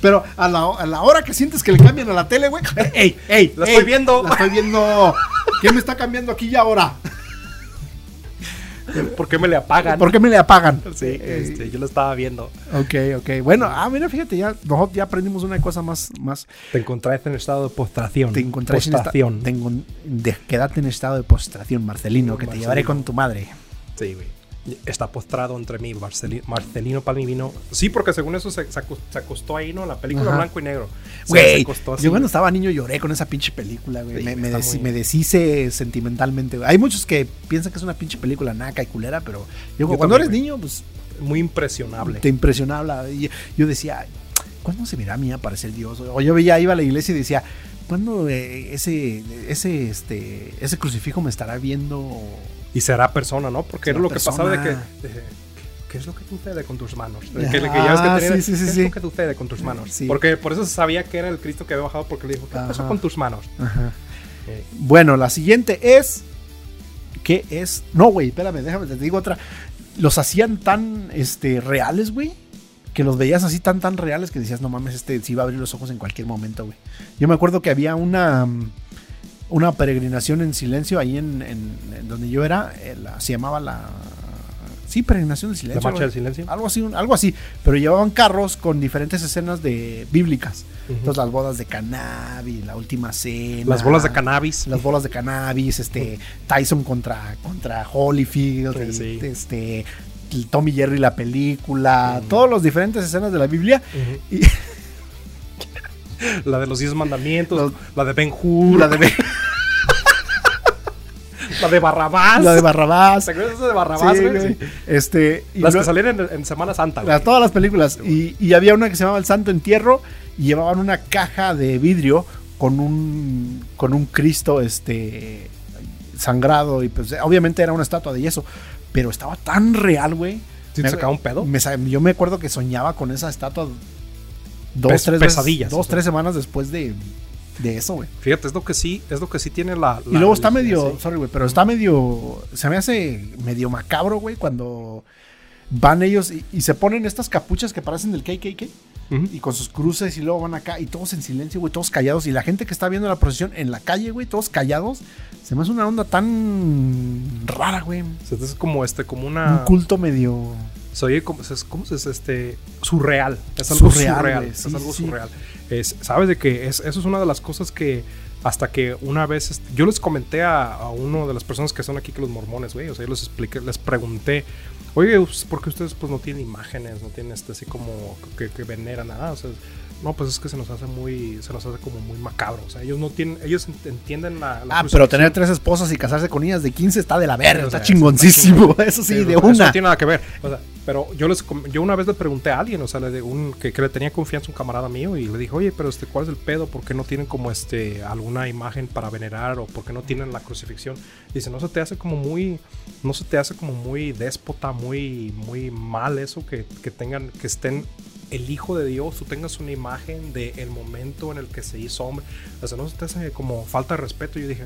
Speaker 1: Pero a la, ho- a la hora que sientes que le cambian a la tele, güey. ¡Ey, ey!
Speaker 2: La
Speaker 1: ey,
Speaker 2: estoy viendo.
Speaker 1: ¡La estoy viendo! ¿Quién me está cambiando aquí y ahora?
Speaker 2: ¿Por qué me le apagan?
Speaker 1: ¿Por qué me le apagan?
Speaker 2: Sí, este, yo lo estaba viendo.
Speaker 1: Ok, ok. Bueno, ah, mira, fíjate, ya, nosotros ya aprendimos una cosa más. más.
Speaker 2: Te encontráis en estado de postración.
Speaker 1: Te encontrás en esta-
Speaker 2: postración.
Speaker 1: te encon- de- quédate en estado de postración, Marcelino, que te
Speaker 2: Marcelino.
Speaker 1: llevaré con tu madre.
Speaker 2: Sí, güey. Está postrado entre mí, Marcelino, Marcelino Palmivino. Sí, porque según eso se, se acos- se acostó ahí, ¿no? La película
Speaker 1: Ajá.
Speaker 2: blanco y negro. Sí, se
Speaker 1: Güey,
Speaker 2: acostó así,
Speaker 1: yo cuando
Speaker 2: güey.
Speaker 1: estaba niño lloré con esa pinche película, güey.
Speaker 2: Sí,
Speaker 1: me, me
Speaker 2: está
Speaker 1: des-
Speaker 2: muy-
Speaker 1: me deshice sentimentalmente. güey. Hay muchos que piensan que es una pinche película naca y culera, pero yo,
Speaker 2: Yo
Speaker 1: cuando
Speaker 2: también,
Speaker 1: eres
Speaker 2: güey.
Speaker 1: niño, pues
Speaker 2: muy impresionable.
Speaker 1: Te impresionaba. Y yo decía, ¿cuándo se verá a mí aparecer Dios? O yo veía, iba a la iglesia y decía, ¿cuándo eh, ese, ese, este, ese crucifijo me estará viendo?
Speaker 2: Y será persona, ¿no? Porque era lo persona. que pasaba de que... De, ¿Qué es lo que sucede con tus manos? Ah, que, que ya ves que tenía, sí, sí, ¿Qué sí. es lo que sucede con tus manos? Porque por eso sabía que era el Cristo que había bajado, porque le dijo, ¿qué Ajá. pasó con tus manos? Ajá.
Speaker 1: Eh. Bueno, la siguiente es que es. No, güey, espérame, déjame, te digo otra. Los hacían tan este, reales, güey. Que los veías así tan, tan reales que decías, no mames, este sí va a abrir los ojos en cualquier momento, güey. Yo me acuerdo que había una, una peregrinación en silencio ahí en, en, en donde yo era. eh, La, se llamaba la. Sí, peregrinación del silencio.
Speaker 2: La marcha del silencio. Ah,
Speaker 1: Algo así, un, algo así. Pero llevaban carros con diferentes escenas de bíblicas. Uh -huh. Entonces las bodas de cannabis, la última cena.
Speaker 2: Las bolas de cannabis.
Speaker 1: Las bolas de cannabis, este, Tyson contra, contra Holyfield, sí. este, Tommy Jerry la película,
Speaker 2: Mm.
Speaker 1: uh -huh. todas las diferentes escenas de la Biblia. Uh -huh.
Speaker 2: y la de los diez mandamientos, los, la de Ben Hur.
Speaker 1: La de Ben
Speaker 2: La de Barrabás.
Speaker 1: La de Barrabás.
Speaker 2: Ah, ¿Te acuerdas de Barrabás, sí, güey? Sí.
Speaker 1: Este,
Speaker 2: y las no, que salieron en, en, Semana Santa,
Speaker 1: güey. Todas las películas. Y, y, había una que se llamaba El Santo Entierro y llevaban una caja de vidrio con un, con un Cristo este, sangrado. Y pues, obviamente era una estatua de yeso, pero estaba tan real, güey.
Speaker 2: ¿Sí te sacaba un pedo?
Speaker 1: Me, yo me acuerdo que soñaba con esa estatua dos, Pes, tres
Speaker 2: pesadillas.
Speaker 1: Veces, dos, tres semanas después de, de eso, güey.
Speaker 2: Fíjate, es lo que sí, es lo que sí tiene la. la
Speaker 1: y luego está medio, sorry, güey, pero está medio, se me hace medio macabro, güey, cuando van ellos y, y, se ponen estas capuchas que parecen del KKK. Uh -huh. Y con sus cruces y luego van acá y todos en silencio, güey, todos callados. Y la gente que está viendo la procesión en la calle, güey, todos callados. Se me hace una onda tan rara, güey.
Speaker 2: Es como este, como una...
Speaker 1: Un culto medio...
Speaker 2: Se oye como, ¿cómo es este? Surreal. Es algo surreal. surreal. es sí, algo sí. surreal. Es, Sabes de que es, eso es una de las cosas que hasta que una vez este, yo les comenté a, a uno de las personas que son aquí que los mormones, güey, o sea, yo les expliqué, les pregunté, oye, pues, ¿por qué ustedes pues no tienen imágenes, no tienen este así como que, que veneran nada? O sea, no, pues es que se nos hace muy, se nos hace como muy macabro. O sea, ellos no tienen, ellos entienden la. la
Speaker 1: ah, pero tener tres esposas y casarse con ellas de 15 está de la verga, o sea, está chingoncísimo. Está eso sí, sí de
Speaker 2: eso
Speaker 1: una.
Speaker 2: no tiene nada que ver. O sea, pero yo les, yo una vez le pregunté a alguien, o sea, le de un, que, que, le tenía confianza un camarada mío y le dije, oye, pero este, ¿cuál es el pedo? ¿Por qué no tienen como este, alguna imagen para venerar o por qué no tienen la crucifixión? Y dice, no se te hace como muy, no se te hace como muy déspota, muy, muy mal eso que, que tengan, que estén el Hijo de Dios, tú tengas una imagen del el momento en el que se hizo hombre. O sea, no se te hace como falta de respeto. Yo dije.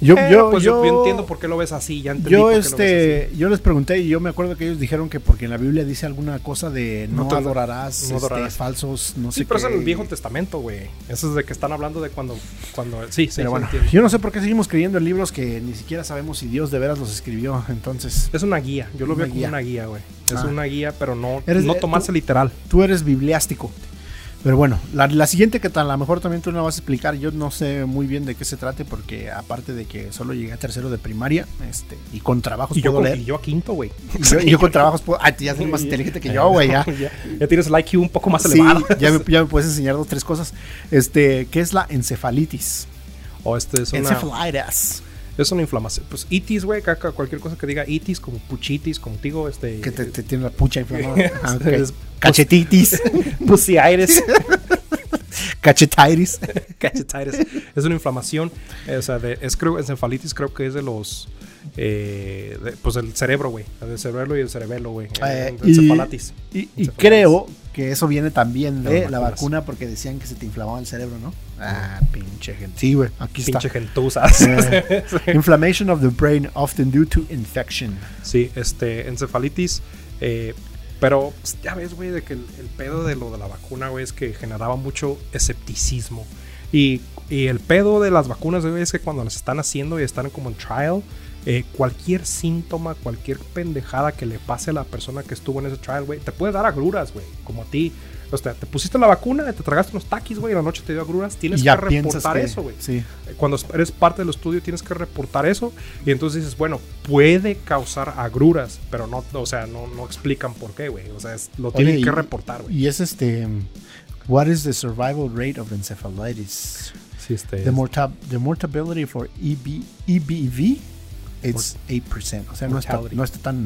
Speaker 1: Yo, eh, yo,
Speaker 2: pues
Speaker 1: yo,
Speaker 2: yo, entiendo por qué lo ves así. Ya entendí
Speaker 1: yo,
Speaker 2: por qué
Speaker 1: este, lo así. yo les pregunté y yo me acuerdo que ellos dijeron que porque en la Biblia dice alguna cosa de no, no te, adorarás, no adorarás. Este, falsos, no
Speaker 2: sí,
Speaker 1: sé
Speaker 2: pero
Speaker 1: qué.
Speaker 2: es en el Viejo Testamento, güey. Eso es de que están hablando de cuando. cuando sí, sí,
Speaker 1: pero bueno. Yo no sé por qué seguimos creyendo en libros que ni siquiera sabemos si Dios de veras los escribió. Entonces.
Speaker 2: Es una guía. Yo lo veo guía. como una guía, güey. Es ah. una guía, pero no, eres, no tomarse
Speaker 1: tú,
Speaker 2: literal.
Speaker 1: Tú eres bibliástico. Pero bueno, la, la siguiente que tal, a lo mejor también tú no vas a explicar. Yo no sé muy bien de qué se trate, porque aparte de que solo llegué a tercero de primaria este, y con trabajos
Speaker 2: y
Speaker 1: puedo
Speaker 2: yo,
Speaker 1: leer.
Speaker 2: Y yo a quinto, güey.
Speaker 1: Y yo, y yo con trabajos puedo. Ah, ya eres más inteligente que yo, güey. Ya.
Speaker 2: ya. ya, tienes el IQ un poco más sí, elevado.
Speaker 1: Ya me, ya me puedes enseñar dos, tres cosas. Este, ¿Qué es la encefalitis?
Speaker 2: O oh, este es
Speaker 1: una... Encefalitis.
Speaker 2: Es una inflamación. Pues itis, güey, caca, cualquier cosa que diga itis, como puchitis, contigo, este.
Speaker 1: Que te, te tiene la pucha inflamada. ah, okay. Cachetitis.
Speaker 2: Pusiaires.
Speaker 1: Cachetitis.
Speaker 2: Cachetitis. Es una inflamación. Eh, o sea, de, es creo, encefalitis creo que es de los. Eh, de, pues del cerebro, güey. Del cerebro y el cerebelo, güey.
Speaker 1: Eh, encefalitis. Y, y, encefalitis. y, creo que eso viene también de, de la vacuna porque decían que se te inflamaba el cerebro, ¿no? Ah, pinche gente. Sí, güey. Aquí
Speaker 2: pinche
Speaker 1: está.
Speaker 2: gentuzas.
Speaker 1: Eh, inflammation of the brain often due to infection.
Speaker 2: Sí, este, encefalitis. Eh, pero pues, ya ves, güey, de que el, el, pedo de lo de la vacuna, güey, es que generaba mucho escepticismo. Y, y el pedo de las vacunas, güey, es que cuando las están haciendo y están como en trial, eh, cualquier síntoma, cualquier pendejada que le pase a la persona que estuvo en ese trial, güey, te puede dar agruras, güey, como a ti. O sea, te pusiste la vacuna, te tragaste unos taquis, güey, y la noche te dio agruras. Tienes que reportar que, eso, güey.
Speaker 1: Sí.
Speaker 2: Cuando eres parte del estudio, tienes que reportar eso. Y entonces dices, bueno, puede causar agruras, pero no, o sea, no, no explican por qué, güey. O sea, es, lo tienen Oye, que
Speaker 1: y,
Speaker 2: reportar, Ah, güey.
Speaker 1: Y es este. What is the survival rate of encephalitis?
Speaker 2: Sí, este.
Speaker 1: E The, mortab the mortality for EB, EBV it's 8%. O sea, no está, no está tan,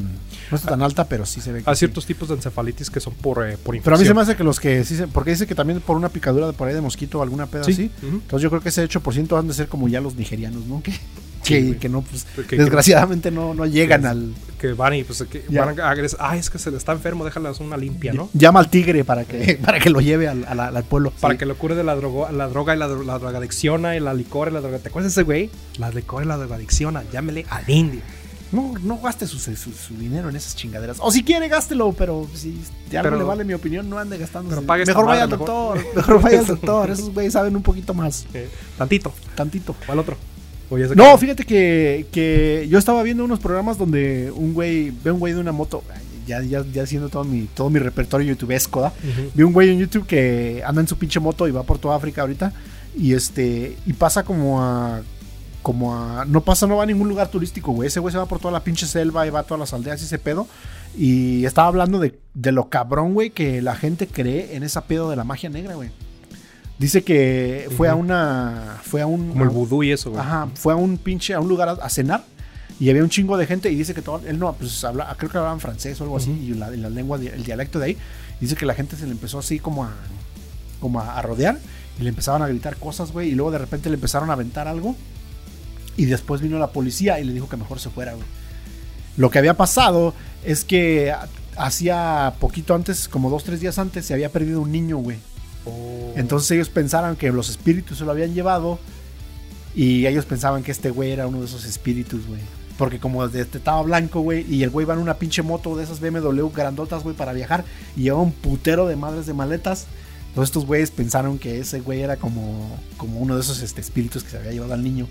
Speaker 1: no está tan alta, pero sí se ve. Que
Speaker 2: Hay ciertos tipos de encefalitis que son por, eh, por infección.
Speaker 1: este, Pero a mí se me hace que los que sí se, porque dice que también por una picadura de por ahí de mosquito o alguna peda
Speaker 2: Sí,
Speaker 1: así.
Speaker 2: ujú.
Speaker 1: Entonces yo creo que ese 8% han de ser como ya los nigerianos, ¿no? Que,
Speaker 2: Sí,
Speaker 1: que,
Speaker 2: güey. Pues,
Speaker 1: que no, pues,
Speaker 2: Porque-
Speaker 1: desgraciadamente no, no llegan al.
Speaker 2: Que van y pues que
Speaker 1: Ya.
Speaker 2: van a agres- Ah, es que se le está enfermo, déjalas una limpia, ¿no?
Speaker 1: Llama al tigre para que, para que lo lleve al, al- al pueblo.
Speaker 2: Para
Speaker 1: Sí.
Speaker 2: que lo cure de la, drogo- la droga y la, dro- la drogadicción y la licor y la droga. ¿Te acuerdas de ese güey? La licor y la drogadicción, llámele al indio.
Speaker 1: No, no gaste su, su, su dinero en esas chingaderas. O si quiere, gástelo, pero si ya no
Speaker 2: Pero-
Speaker 1: le vale mi opinión, no ande gastando.
Speaker 2: pero
Speaker 1: su-
Speaker 2: pague esta
Speaker 1: mejor vaya al
Speaker 2: madre,
Speaker 1: doctor,
Speaker 2: mejor.
Speaker 1: mejor, vaya al doctor. Esos güeyes saben un poquito más,
Speaker 2: Eh, Tantito.
Speaker 1: tantito.
Speaker 2: ¿Cuál otro? O ya se
Speaker 1: No,
Speaker 2: acabó.
Speaker 1: fíjate que, que yo estaba viendo unos programas donde un güey, ve un güey de una moto, ya, ya, ya haciendo todo mi, todo mi repertorio youtubesco, ¿da?
Speaker 2: Ujú.
Speaker 1: Vi un güey en YouTube que anda en su pinche moto y va por toda África ahorita. Y este. Y pasa como a. Como a. No pasa, no va a ningún lugar turístico, güey. Ese güey se va por toda la pinche selva y va a todas las aldeas y ese pedo. Y estaba hablando de, de lo cabrón, güey, que la gente cree en esa pedo de la magia negra, güey. Dice que fue a
Speaker 2: Ujú.
Speaker 1: una. Fue a un.
Speaker 2: Como el
Speaker 1: a-
Speaker 2: vudú y eso, güey.
Speaker 1: Ajá, fue a un pinche, a un lugar a, a cenar y había un chingo de gente y dice que todo, él no, pues habla, creo que hablaban francés o algo así,
Speaker 2: Ujú.
Speaker 1: y la, la lengua, di- el dialecto de ahí, dice que la gente se le empezó así como a, como a, a rodear y le empezaban a gritar cosas, güey, y luego de repente le empezaron a aventar algo y después vino la policía y le dijo que mejor se fuera, güey. Lo que había pasado es que ha- hacía poquito antes, como dos, tres días antes, se había perdido un niño, güey.
Speaker 2: Oh.
Speaker 1: Entonces ellos pensaron que los espíritus se lo habían llevado y ellos pensaban que este güey era uno de esos espíritus, güey. Porque como detectaba blanco, güey, y el güey va en una pinche moto de esas BMW grandotas, güey, para viajar y lleva un putero de madres de maletas. Entonces estos güeyes pensaron que ese güey era como, como uno de esos este, espíritus que se había llevado al niño.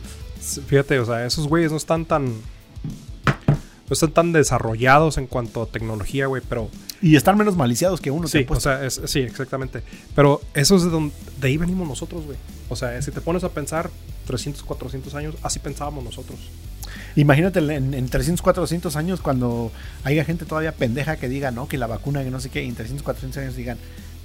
Speaker 2: Fíjate, o sea, esos güeyes no están tan. No están tan desarrollados en cuanto a tecnología, güey, pero.
Speaker 1: Y están menos maliciados que uno. te
Speaker 2: sí, o
Speaker 1: apuesto.
Speaker 2: sea, es- sí, exactamente. Pero eso es de donde. De ahí venimos nosotros, güey. O sea, si te pones a pensar 300, 400 años, así pensábamos nosotros.
Speaker 1: Imagínate en, en 300, 400 años cuando haya gente todavía pendeja que diga, no, que la vacuna, que no sé qué, y en 300, 400 años digan,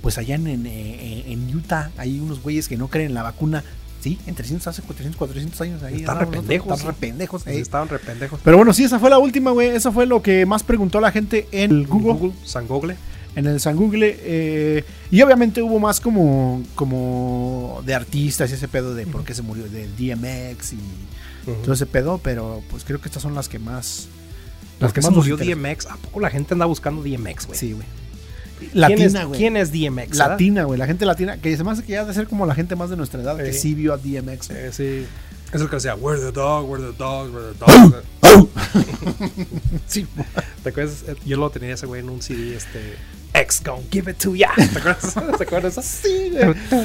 Speaker 1: pues allá en, en, eh, en Utah hay unos güeyes que no creen en la vacuna. Sí, en 300, hace 400, 400 años ahí.
Speaker 2: Están
Speaker 1: andábamos nosotros, Están
Speaker 2: rependejos, sí.
Speaker 1: rependejos. eh.
Speaker 2: Estaban rependejos.
Speaker 1: Pero bueno, sí, esa fue la última, güey. Eso fue lo que más preguntó la gente en el Google,
Speaker 2: San Google.
Speaker 1: en el San Google. eh, y obviamente hubo más como, como de artistas y ese pedo de por qué se murió, de DMX y todo ese pedo, pero pues creo que estas son las que más.
Speaker 2: Las que se
Speaker 1: más nos
Speaker 2: murió
Speaker 1: interesan.
Speaker 2: DMX. ¿A poco la gente anda buscando DMX, güey?
Speaker 1: Sí, güey.
Speaker 2: ¿Quién es-
Speaker 1: Latina, güey.
Speaker 2: ¿Quién es DMX? ah?
Speaker 1: Latina, güey. La gente latina, que se me hace que ya ha de ser como la gente más de nuestra edad, que
Speaker 2: Sí.
Speaker 1: sí vio a DMX. güey.
Speaker 2: Eh, sí. Es el que decía, where the dog, where the dog, where the dog.
Speaker 1: Sí, güey.
Speaker 2: ¿Te acuerdas? Eh, Yo lo tenía ese güey en un CD, este. X gonna give it to ya. ¿Te acuerdas? ¿Te acuerdas de eso?
Speaker 1: sí, güey.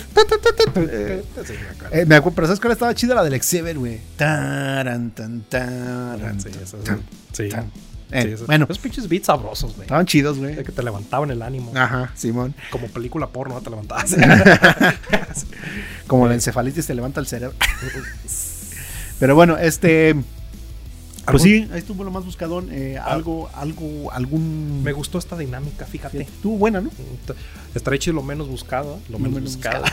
Speaker 2: Eh, Sí, me acuerdo.
Speaker 1: Eh, me acuerdo, pero ¿sabes cuál estaba chida? La del Exhibit, güey. Taran, tan, taran,
Speaker 2: Sí,
Speaker 1: tan,
Speaker 2: eso es-
Speaker 1: tan,
Speaker 2: sí.
Speaker 1: tan.
Speaker 2: Sí,
Speaker 1: Eh,
Speaker 2: eso-
Speaker 1: Bueno,
Speaker 2: Esos pinches beats sabrosos, güey.
Speaker 1: estaban chidos, güey.
Speaker 2: De Que te levantaban el ánimo.
Speaker 1: Ajá, Simón.
Speaker 2: Como película porno, te levantabas.
Speaker 1: Como la encefalitis te levanta el cerebro. Pero bueno, este. Pues
Speaker 2: Algún- Ah.
Speaker 1: sí, ahí estuvo lo más buscadón. eh, algo, algo, algún.
Speaker 2: Me gustó esta dinámica, fíjate.
Speaker 1: Estuvo buena, ¿no?
Speaker 2: Estaré chido lo menos buscado. ¿eh? Lo menos,
Speaker 1: menos
Speaker 2: buscado.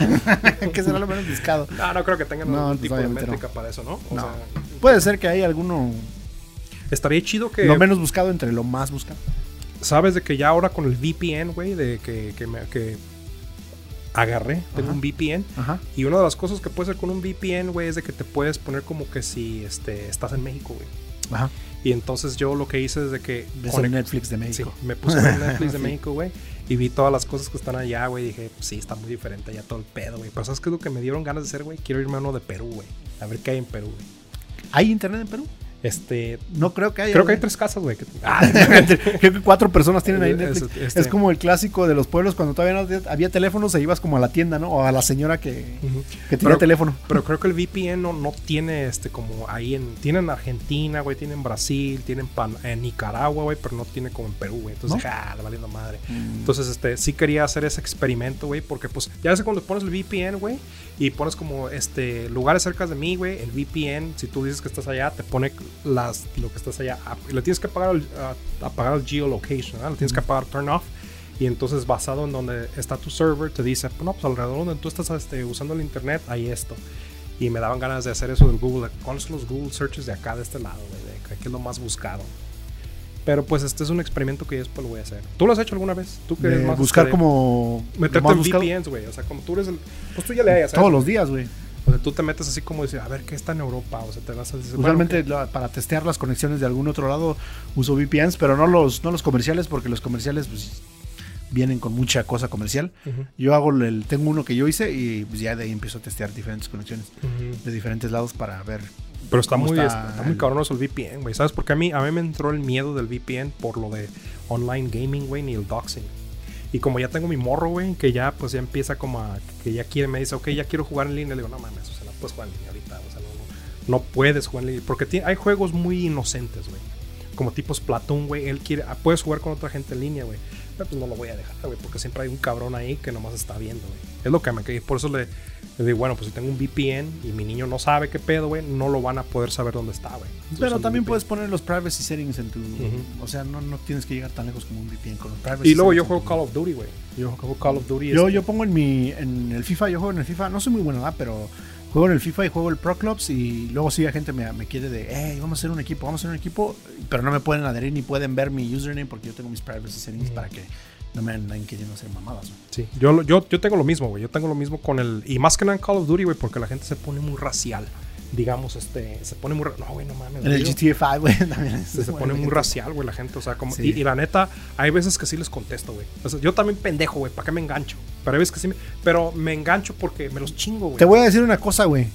Speaker 1: que será lo menos buscado.
Speaker 2: No, no creo que tengan
Speaker 1: No,
Speaker 2: algún
Speaker 1: pues,
Speaker 2: tipo de
Speaker 1: obviamente no.
Speaker 2: métrica para eso, ¿no? O
Speaker 1: No.
Speaker 2: sea,
Speaker 1: Puede ser que hay alguno.
Speaker 2: estaría chido que.
Speaker 1: Lo menos buscado entre lo más buscado.
Speaker 2: Sabes de que ya ahora con el VPN, güey, de que, que, me- que agarré, tengo
Speaker 1: Ajá.
Speaker 2: un VPN.
Speaker 1: Ajá.
Speaker 2: Y una de las cosas que puedes hacer con un VPN, güey, es de que te puedes poner como que si este, estás en México, güey.
Speaker 1: Ajá.
Speaker 2: Y entonces yo lo que hice es de que
Speaker 1: Ves
Speaker 2: conect-
Speaker 1: el Netflix de México.
Speaker 2: Sí, me puse en Netflix de México, güey. Y vi todas las cosas que están allá, güey. Dije, pues sí, está muy diferente allá todo el pedo, güey. Pero ¿sabes qué es lo que me dieron ganas de hacer, güey? Quiero irme a uno de Perú, güey. A ver qué hay en Perú, güey.
Speaker 1: ¿Hay internet en Perú?
Speaker 2: Este.
Speaker 1: No creo que haya.
Speaker 2: Creo que hay
Speaker 1: güey.
Speaker 2: tres casas, güey. que- Ah,
Speaker 1: creo que cuatro personas tienen ahí
Speaker 2: Es-
Speaker 1: Netflix.
Speaker 2: este-
Speaker 1: Es como el clásico de los pueblos cuando todavía no había- había teléfonos e ibas como a la tienda, ¿no? O a la señora que,
Speaker 2: Ujú.
Speaker 1: que tenía
Speaker 2: Pero-
Speaker 1: teléfono.
Speaker 2: Pero creo que el VPN no, no tiene este como ahí en. Tienen Argentina, güey, tienen Brasil, tienen Pan- en Nicaragua, güey, pero no tiene como en Perú, güey. Entonces,
Speaker 1: ¿No?
Speaker 2: ah, la valiendo madre.
Speaker 1: Mm.
Speaker 2: Entonces, este, sí quería hacer ese experimento, güey, porque pues ya ves que cuando pones el VPN, güey, y pones como este lugares cerca de mí, güey, el VPN, si tú dices que estás allá, te pone las lo que estás allá. Ah, Le tienes que apagar el, ah, apagar el geolocation, ¿verdad? Le tienes que apagar turn off. Y entonces, basado en donde está tu server, te dice, no, pues alrededor donde tú estás este, usando el internet, hay esto. Y me daban ganas de hacer eso del Google. de, ¿Cuáles son los Google searches de acá, de este lado, güey? De acá, que es lo más buscado. Pero pues este es un experimento que yo después lo voy a hacer. ¿Tú lo has hecho alguna vez? ¿Tú
Speaker 1: De
Speaker 2: quieres más
Speaker 1: buscar
Speaker 2: este,
Speaker 1: como.
Speaker 2: Meterte
Speaker 1: más
Speaker 2: en
Speaker 1: buscado
Speaker 2: VPNs, güey. O sea, como tú eres el... Pues tú ya le hayas,
Speaker 1: Todos los días, güey.
Speaker 2: O sea, tú te metes así como decir, a ver, ¿qué está en Europa? O sea, te vas a decir... bueno,
Speaker 1: Usualmente la- para testear las conexiones de algún otro lado uso VPNs, pero no los, no los comerciales, porque los comerciales pues, vienen con mucha cosa comercial.
Speaker 2: Ujú.
Speaker 1: Yo hago el, tengo uno que yo hice y pues, ya de ahí empiezo a testear diferentes conexiones
Speaker 2: ujú.
Speaker 1: de diferentes lados para ver.
Speaker 2: Pero está
Speaker 1: ¿Cómo
Speaker 2: muy,
Speaker 1: está
Speaker 2: está, muy
Speaker 1: el-
Speaker 2: cabronoso el VPN, güey. ¿Sabes? Porque a mí, a mí me entró el miedo del VPN por lo de online gaming, güey, ni el doxing. Y como ya tengo mi morro, güey, que ya pues ya empieza como a... Que ya quiere, me dice, ok, ya quiero jugar en línea. Le digo, no mames, o sea, no puedes jugar en línea ahorita. O sea, no, no- no puedes jugar en línea. Porque ti- hay juegos muy inocentes, güey. Como tipo Splatoon, güey. Él quiere... ah, Puedes jugar con otra gente en línea, güey. Pero pues no lo voy a dejar, güey. Porque siempre hay un cabrón ahí que nomás está viendo, güey. Es lo que me cae. Por eso le, le digo, bueno, pues si tengo un VPN y mi niño no sabe qué pedo, güey, no lo van a poder saber dónde está, güey.
Speaker 1: Pero
Speaker 2: Usando
Speaker 1: también
Speaker 2: VPN.
Speaker 1: puedes poner los privacy settings en tu.
Speaker 2: Ujú.
Speaker 1: O sea, no, no tienes que llegar tan lejos como un VPN con los privacy
Speaker 2: Y luego
Speaker 1: settings
Speaker 2: yo
Speaker 1: en
Speaker 2: juego
Speaker 1: tu-
Speaker 2: Call of Duty, güey. Yo juego Call of Duty.
Speaker 1: Yo,
Speaker 2: este,
Speaker 1: yo pongo en mi en el FIFA, yo juego en el FIFA, no soy muy bueno, ¿verdad? pero juego en el FIFA y juego el Pro Clubs y luego sí la gente me, me quiere de, hey, vamos a hacer un equipo, vamos a hacer un equipo, pero no me pueden adherir ni pueden ver mi username porque yo tengo mis privacy settings
Speaker 2: Mm.
Speaker 1: para que no me anden queriendo hacer mamadas. güey.
Speaker 2: Sí, yo, lo- yo, yo tengo lo mismo, güey. Yo tengo lo mismo con el. Y más que nada en Call of Duty, güey, porque la gente se pone muy racial. Digamos, este. Se pone muy. ra- No, güey, no mames.
Speaker 1: En el
Speaker 2: güey, yo-
Speaker 1: GTA 5, güey, también es-
Speaker 2: Se, se pone muy racial, güey, la gente. O sea, como.
Speaker 1: Sí.
Speaker 2: Y, y la neta, hay veces que sí les contesto, güey. O sea, yo también pendejo, güey. ¿Para qué me engancho? Pero hay veces que sí me. Pero me engancho porque me los chingo, güey.
Speaker 1: Te voy a decir una cosa, güey.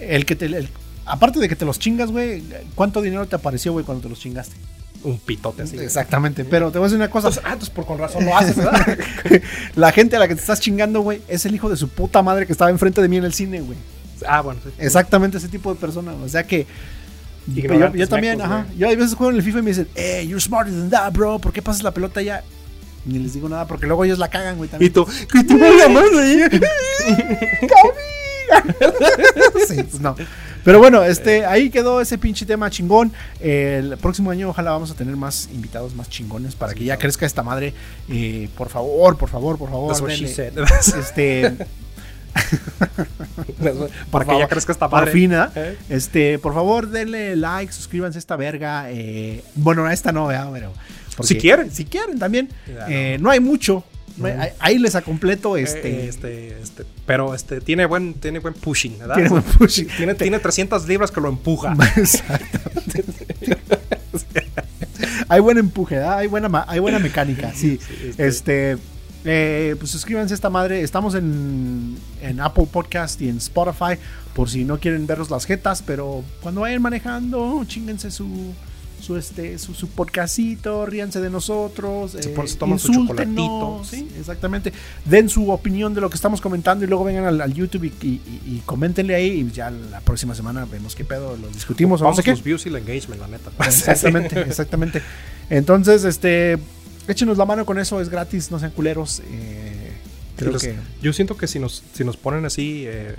Speaker 1: El que te... el- aparte de que te los chingas, güey, ¿cuánto dinero te apareció, güey, cuando te los chingaste?
Speaker 2: Un pitote así. güey.
Speaker 1: Exactamente, pero te voy a decir una cosa.
Speaker 2: Entonces, ah, entonces por con razón lo haces, ¿verdad?
Speaker 1: la gente a la que te estás chingando, güey, es el hijo de su puta madre que estaba enfrente de mí en el cine, güey.
Speaker 2: ah, bueno, sí.
Speaker 1: Exactamente ese tipo de persona. O sea que. Yo, yo
Speaker 2: Ignorantes
Speaker 1: también,
Speaker 2: mecos,
Speaker 1: ajá.
Speaker 2: güey.
Speaker 1: Yo a veces juego en el FIFA y me dicen, eh, you're smarter than that, bro. ¿Por qué pasas la pelota ya? Ni les digo nada porque luego ellos la cagan, güey.
Speaker 2: Y
Speaker 1: También.
Speaker 2: tú, que tú me llamas, güey. ¿eh?
Speaker 1: Sí, pues no. Pero bueno, este, ahí quedó ese pinche tema chingón. El próximo año ojalá vamos a tener más invitados más chingones para que ya crezca esta madre. Eh, por favor, por favor, por favor.
Speaker 2: That's what she
Speaker 1: denle,
Speaker 2: said.
Speaker 1: Este,
Speaker 2: Para que ya
Speaker 1: favor,
Speaker 2: crezca esta
Speaker 1: por
Speaker 2: madre.
Speaker 1: fin, ¿ah?
Speaker 2: ¿Eh?
Speaker 1: Este, por favor, denle like, suscríbanse a esta verga. eh, bueno, a esta no, ¿verdad? pero. porque-
Speaker 2: Si quieren.
Speaker 1: Si quieren también.
Speaker 2: Ya,
Speaker 1: Eh, no hay mucho. no hay-
Speaker 2: No.
Speaker 1: ahí- Ahí les acompleto
Speaker 2: Este,
Speaker 1: este.
Speaker 2: este, este, pero este tiene buen, tiene buen pushing, ¿verdad?
Speaker 1: Tiene
Speaker 2: Tiene,
Speaker 1: buen pushing.
Speaker 2: tiene, 300 libras que lo empuja.
Speaker 1: Exactamente. hay buen empuje, ¿verdad? hay buena, ma- hay buena mecánica, sí.
Speaker 2: este.
Speaker 1: Este, eh, pues suscríbanse a esta madre. Estamos en, en Apple Podcast y en Spotify por si no quieren vernos las jetas, pero cuando vayan manejando, chinguense su su este su, su podcastito, ríanse de nosotros,
Speaker 2: Se
Speaker 1: eh,
Speaker 2: pon- se toman su
Speaker 1: insúltenos,
Speaker 2: chocolatito, ¿sí?
Speaker 1: exactamente, den su opinión de lo que estamos comentando y luego vengan al, al YouTube y, y- y- y coméntenle ahí y ya la próxima semana vemos qué pedo, lo discutimos o no
Speaker 2: Vamos
Speaker 1: sé qué.
Speaker 2: los views y el engagement, la neta.
Speaker 1: Exactamente, exactamente. Entonces, este, échenos la mano con eso, es gratis, no sean culeros. eh, creo
Speaker 2: Los-
Speaker 1: que
Speaker 2: Yo siento que si nos, si nos ponen así, eh, eh,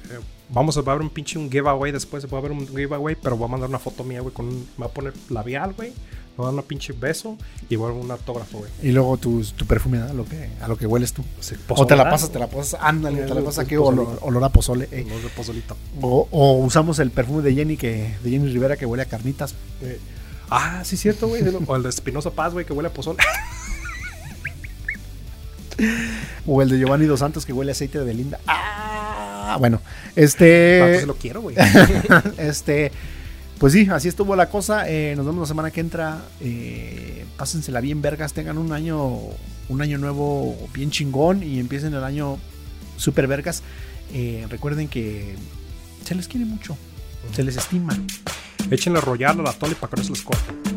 Speaker 2: vamos a va a haber un pinche un giveaway después, va a haber un giveaway, pero voy a mandar una foto mía, güey, con un, me voy a poner labial, güey, me voy a dar un pinche beso y voy a dar un autógrafo, güey.
Speaker 1: y luego tu, tu perfume, ¿no? Lo que, a lo que hueles tú.
Speaker 2: O sea,
Speaker 1: o te la
Speaker 2: pozolada,
Speaker 1: pasas, te la pasas, ándale, te la pasas
Speaker 2: Eh, pues,
Speaker 1: aquí
Speaker 2: pozolito.
Speaker 1: olor, olor a pozole. eh.
Speaker 2: Los de pozolito.
Speaker 1: O, o usamos el perfume de Jenny que de Jenny Rivera que huele a carnitas.
Speaker 2: Eh, ah, sí, cierto, güey. de lo- O el de Espinosa Paz, güey, que huele a pozole.
Speaker 1: O el de Giovanni Dos Santos que huele a aceite de Belinda. Ah, bueno,
Speaker 2: Ah,
Speaker 1: este.
Speaker 2: pues lo quiero, güey.
Speaker 1: este, pues sí, así estuvo la cosa. Eh, nos vemos la semana que entra. Eh, pásensela bien, vergas. Tengan un año, un año nuevo bien chingón y empiecen el año super vergas. Eh, recuerden que se les quiere mucho, se les estima.
Speaker 2: Échenle a rollar a la tole para que no se les corte.